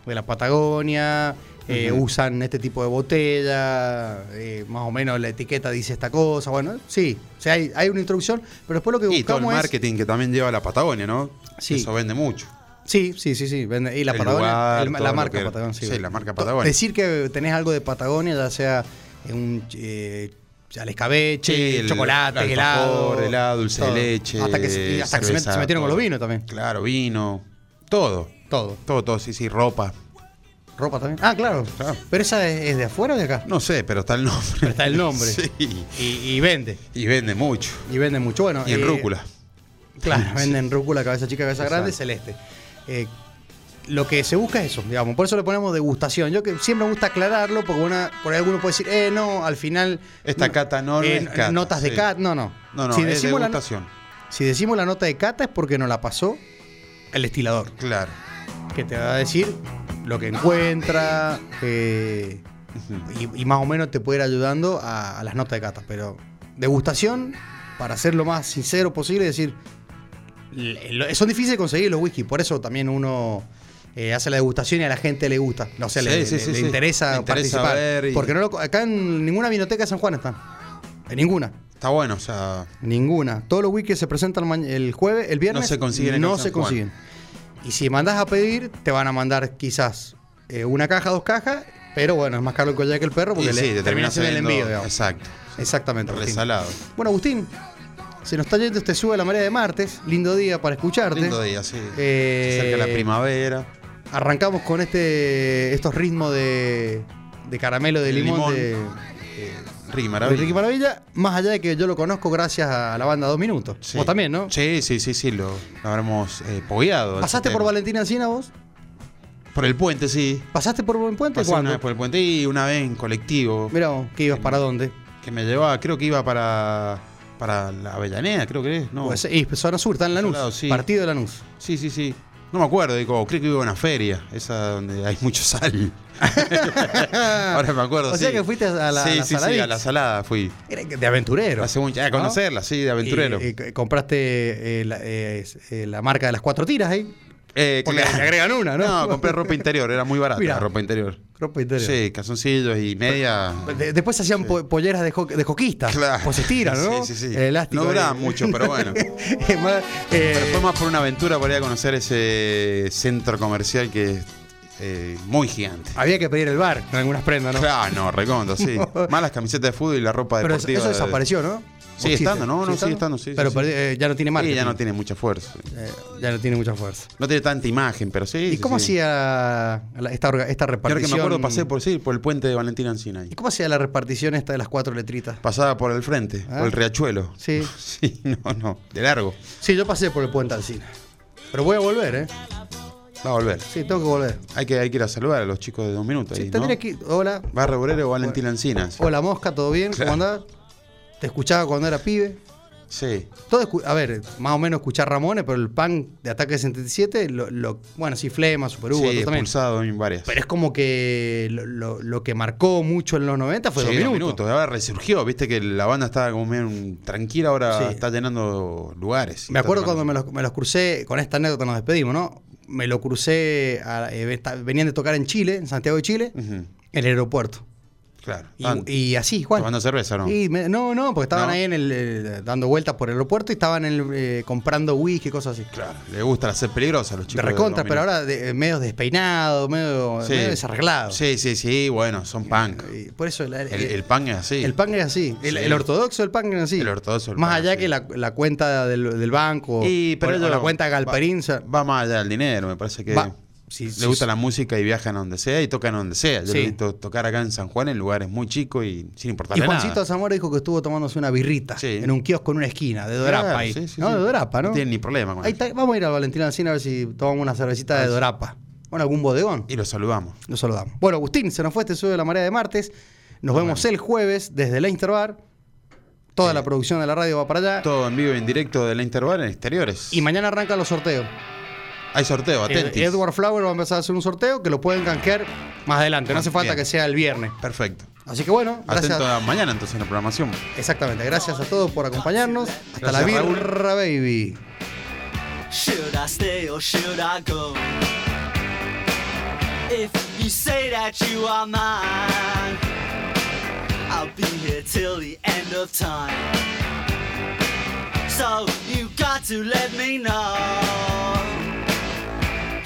Speaker 4: de la Patagonia, eh,
Speaker 5: Ujú.
Speaker 4: usan este tipo de botella, eh, más o menos la etiqueta dice esta cosa, bueno, sí, o sea, hay, hay una introducción, pero después lo que
Speaker 5: Y todo el
Speaker 4: buscamos es...
Speaker 5: marketing que también lleva la Patagonia, ¿no?
Speaker 4: Sí.
Speaker 5: Eso vende mucho.
Speaker 4: Sí, sí, sí, sí. vende- Y la
Speaker 5: El
Speaker 4: Patagonia,
Speaker 5: lugar,
Speaker 4: el-
Speaker 5: todo
Speaker 4: la
Speaker 5: lo
Speaker 4: marca
Speaker 5: que-
Speaker 4: Patagonia. Sí,
Speaker 5: sí, la marca
Speaker 4: To-
Speaker 5: Patagonia.
Speaker 4: Decir que tenés algo de Patagonia, ya sea un eh, al escabeche,
Speaker 5: Sí, el
Speaker 4: chocolate,
Speaker 5: alfajor,
Speaker 4: helado,
Speaker 5: helado, dulce
Speaker 4: todo.
Speaker 5: de leche.
Speaker 4: Hasta que, se- y hasta que se, met-
Speaker 5: cerveza,
Speaker 4: se metieron con
Speaker 5: todo.
Speaker 4: los vinos también.
Speaker 5: Claro, vino. Todo.
Speaker 4: Todo.
Speaker 5: Todo, todo, sí, sí, ropa.
Speaker 4: Ropa también. Ah, claro.
Speaker 5: Claro.
Speaker 4: Pero esa es, es de afuera o de acá.
Speaker 5: No sé, pero está el nombre.
Speaker 4: Pero está el nombre.
Speaker 5: Sí.
Speaker 4: Y, y vende.
Speaker 5: Y vende mucho.
Speaker 4: Y vende mucho. Bueno,
Speaker 5: Y en
Speaker 4: eh,
Speaker 5: rúcula.
Speaker 4: Claro, venden rúcula, cabeza chica, cabeza grande, celeste. Eh, lo que se busca es eso, digamos. Por eso le ponemos degustación. Yo que siempre me gusta aclararlo, porque una, por ahí alguno puede decir, eh, no, al final.
Speaker 5: Esta
Speaker 4: no,
Speaker 5: cata no
Speaker 4: eh,
Speaker 5: es cata,
Speaker 4: Notas de
Speaker 5: sí.
Speaker 4: cata, no, no.
Speaker 5: No, no, es
Speaker 4: la,
Speaker 5: degustación.
Speaker 4: si decimos la nota de cata es porque nos la pasó el destilador,
Speaker 5: Claro.
Speaker 4: que te va a decir lo que encuentra eh, y, y más o menos te puede ir ayudando a, a las notas de catas. Pero degustación, para ser lo más sincero posible, es decir, le- lo- son difíciles de conseguir los whisky, por eso también uno... eh, hace la degustación y a la gente le gusta, o sea, le,
Speaker 5: Sí, sí,
Speaker 4: le-
Speaker 5: sí,
Speaker 4: le
Speaker 5: sí.
Speaker 4: interesa,
Speaker 5: Le interesa
Speaker 4: participar.
Speaker 5: ver y-
Speaker 4: Porque no lo- acá en ninguna biblioteca de San Juan están. En ninguna.
Speaker 5: Está bueno, o sea.
Speaker 4: Ninguna. Todos los wikis que se presentan ma- el jueves, el viernes.
Speaker 5: No se consiguen en
Speaker 4: no
Speaker 5: San
Speaker 4: se
Speaker 5: Juan.
Speaker 4: consiguen. Y si mandás a pedir, te van a mandar quizás eh, una caja, dos cajas, pero bueno, es más caro el collar que el perro porque
Speaker 5: y
Speaker 4: le
Speaker 5: sí, te termina
Speaker 4: terminás en el
Speaker 5: saliendo-
Speaker 4: envío. digamos.
Speaker 5: Exacto.
Speaker 4: Exactamente. Agustín.
Speaker 5: Resalado.
Speaker 4: Bueno, Agustín, se nos está yendo este sube la marea de martes. Lindo día para escucharte.
Speaker 5: Lindo día, sí.
Speaker 4: Eh,
Speaker 5: Se acerca la primavera.
Speaker 4: Arrancamos con este estos ritmos de, de caramelo de
Speaker 5: El
Speaker 4: limón,
Speaker 5: limón. Eh,
Speaker 4: de-
Speaker 5: Ricky
Speaker 4: de,
Speaker 5: Maravilla.
Speaker 4: Ricky Maravilla. Más allá de que yo lo conozco gracias a la banda Dos Minutos.
Speaker 5: Sí.
Speaker 4: Vos también, ¿no?
Speaker 5: Sí, sí, sí, sí, lo, lo habremos eh, pogueado.
Speaker 4: ¿Pasaste
Speaker 5: ese
Speaker 4: por
Speaker 5: tema.
Speaker 4: Valentina Encina vos?
Speaker 5: Por el puente, sí.
Speaker 4: ¿Pasaste por Buen Puente?
Speaker 5: Pasé una
Speaker 4: ¿Cuándo?
Speaker 5: vez por el puente y una vez en colectivo.
Speaker 4: Mirá vos, que ibas para dónde.
Speaker 5: Que me llevaba, creo que iba para, para la Avellaneda, creo que es. No.
Speaker 4: Pues, y zona sur, está en Lanús.
Speaker 5: lado, sí.
Speaker 4: Partido de Lanús.
Speaker 5: Sí, sí, sí. No me acuerdo, digo, creo que iba a una feria, esa donde hay mucho sal. Ahora me acuerdo.
Speaker 4: O sea
Speaker 5: sí.
Speaker 4: que fuiste a la-
Speaker 5: Sí,
Speaker 4: a la
Speaker 5: sí, sí,
Speaker 4: saladita.
Speaker 5: a la salada fui.
Speaker 4: Era de aventurero.
Speaker 5: Hace mucho, a conocerla, sí, de aventurero.
Speaker 4: Y- y c- compraste eh, la, eh, es- eh, la marca de las cuatro tiras ahí.
Speaker 5: Eh,
Speaker 4: porque le agregan una, ¿no?
Speaker 5: No, compré ropa interior, era muy barata
Speaker 4: Mirá.
Speaker 5: la ropa interior.
Speaker 4: Ropa interior.
Speaker 5: Sí, calzoncillos y media.
Speaker 4: De- después se hacían po- polleras de, jo- de joquistas.
Speaker 5: Claro.
Speaker 4: Pues se tiran, ¿no?
Speaker 5: Sí, sí, sí.
Speaker 4: El elástico.
Speaker 5: No duraban
Speaker 4: ahí.
Speaker 5: mucho, pero bueno.
Speaker 4: Es más, eh,
Speaker 5: Pero fue más por una aventura para ir a conocer ese centro comercial que es eh, muy gigante.
Speaker 4: Había que pedir el bar en algunas prendas, Ah, ¿no?
Speaker 5: Claro, no, recondo, sí. Más las camisetas de fútbol y la ropa
Speaker 4: Pero eso,
Speaker 5: deportiva. de-
Speaker 4: desapareció, ¿no?
Speaker 5: Sigue estando, ¿no? No, sigue estando, sí, sí,
Speaker 4: Pero
Speaker 5: sí.
Speaker 4: perdi- eh, ya no tiene marca.
Speaker 5: Sí, ya no tiene mucha fuerza.
Speaker 4: ya no tiene mucha fuerza.
Speaker 5: No tiene tanta imagen, pero sí.
Speaker 4: ¿Y
Speaker 5: sí,
Speaker 4: cómo
Speaker 5: sí.
Speaker 4: hacía la- esta, orga- esta
Speaker 5: Yo ahora
Speaker 4: repartición?
Speaker 5: que me acuerdo pasé por sí, por el puente de Valentín Ancina. ahí.
Speaker 4: ¿Y cómo hacía la repartición esta de las cuatro letritas?
Speaker 5: Pasaba por el frente,
Speaker 4: Ah.
Speaker 5: por el riachuelo.
Speaker 4: Sí.
Speaker 5: Sí, no, no. De largo.
Speaker 4: Sí, yo pasé por el puente Alcina. Pero voy a volver, ¿eh?
Speaker 5: Va a volver.
Speaker 4: Sí, tengo que volver.
Speaker 5: Hay que, hay que ir a saludar a los chicos de dos minutos.
Speaker 4: Sí,
Speaker 5: ahí, ¿no?
Speaker 4: tendría que ir- Hola.
Speaker 5: Barrio Obrero o Valentín Ancina.
Speaker 4: Hola, Mosca, ¿todo bien?
Speaker 5: Claro.
Speaker 4: ¿Cómo andás? Te escuchaba cuando era pibe.
Speaker 5: Sí.
Speaker 4: Todo escu- a ver, más o menos escuchar Ramones, pero el pan de Ataque 67, lo, lo- bueno, sí, Flema, Super Hugo,
Speaker 5: sí,
Speaker 4: todo también.
Speaker 5: expulsado en varias.
Speaker 4: Pero es como que lo, lo- lo que marcó mucho en los 90 fue
Speaker 5: Sí,
Speaker 4: dos
Speaker 5: dos
Speaker 4: minutos.
Speaker 5: minutos. Ahora resurgió, viste que la banda estaba como medio un- tranquila, ahora
Speaker 4: Sí.
Speaker 5: está llenando lugares.
Speaker 4: Me acuerdo cuando me
Speaker 5: lo
Speaker 4: los, me los crucé, con esta anécdota nos despedimos, ¿no? Me lo crucé, a- eh, esta- venían de tocar en Chile, en Santiago de Chile, en el aeropuerto.
Speaker 5: Claro.
Speaker 4: Y,
Speaker 5: tanto.
Speaker 4: y así, Juan.
Speaker 5: Ah, Tomando cerveza, ¿no?
Speaker 4: Y me- no, no, porque estaban
Speaker 5: ¿No?
Speaker 4: ahí en el, eh, dando vueltas por el aeropuerto y estaban en el, eh, comprando whisky y cosas así.
Speaker 5: Claro, le gusta ser peligrosa a los
Speaker 4: De
Speaker 5: chicos.
Speaker 4: recontra,
Speaker 5: dos
Speaker 4: pero
Speaker 5: minutos.
Speaker 4: ahora de- eh, medio despeinado, medio,
Speaker 5: Sí.
Speaker 4: medio desarreglado.
Speaker 5: Sí, sí, sí, bueno, son punk.
Speaker 4: Y por eso la-
Speaker 5: El,
Speaker 4: eh,
Speaker 5: el punk es así.
Speaker 4: El pan es así. El,
Speaker 5: Sí.
Speaker 4: el ortodoxo del pan es así.
Speaker 5: El ortodoxo del
Speaker 4: Más
Speaker 5: pan,
Speaker 4: allá
Speaker 5: sí.
Speaker 4: que la, la cuenta del, del banco
Speaker 5: Y, pero
Speaker 4: o, o
Speaker 5: ellos-
Speaker 4: la cuenta de Galperín.
Speaker 5: Va, va más allá del dinero, me parece que.
Speaker 4: Va. Sí,
Speaker 5: le
Speaker 4: sí,
Speaker 5: gusta
Speaker 4: sí.
Speaker 5: la música y viajan a donde sea y tocan a donde sea. Yo
Speaker 4: Sí.
Speaker 5: lo he visto tocar acá en San Juan en lugares muy chicos y sin
Speaker 4: y
Speaker 5: importarle
Speaker 4: Juancito
Speaker 5: nada.
Speaker 4: Zamora dijo que estuvo tomándose una birrita
Speaker 5: Sí.
Speaker 4: en un kiosco en una esquina de Dorapa
Speaker 5: Claro,
Speaker 4: ahí.
Speaker 5: sí, sí,
Speaker 4: no,
Speaker 5: sí.
Speaker 4: de Dorapa, ¿no?
Speaker 5: No tienen ni problema con
Speaker 4: Ahí
Speaker 5: eso.
Speaker 4: está. Vamos a ir al Valentín Alcina a ver si tomamos una cervecita de Dorapa. Bueno, algún bodegón.
Speaker 5: Y lo saludamos.
Speaker 4: Lo saludamos. Bueno, Agustín, se nos fue este sube la marea de martes. Nos vemos el jueves desde Leinster Bar.
Speaker 5: Eh.
Speaker 4: Toda la producción de la radio va para allá.
Speaker 5: Todo en vivo y en directo de la Interval en exteriores.
Speaker 4: Y mañana arrancan los sorteos.
Speaker 5: Hay sorteo,
Speaker 4: Ed-
Speaker 5: atentis.
Speaker 4: Edward Flower va a empezar a hacer un sorteo que lo pueden canjear más adelante. No hace falta
Speaker 5: Bien.
Speaker 4: que sea el viernes.
Speaker 5: Perfecto.
Speaker 4: Así que bueno, gracias.
Speaker 5: Atento a mañana entonces en la programación.
Speaker 4: Exactamente. Gracias a todos por acompañarnos. Hasta
Speaker 5: Gracias,
Speaker 4: la
Speaker 5: Raúl.
Speaker 4: birra, baby.
Speaker 8: Should I stay or should I go? If you say that you are mine, I'll be here till the end of time. So you got to let me know.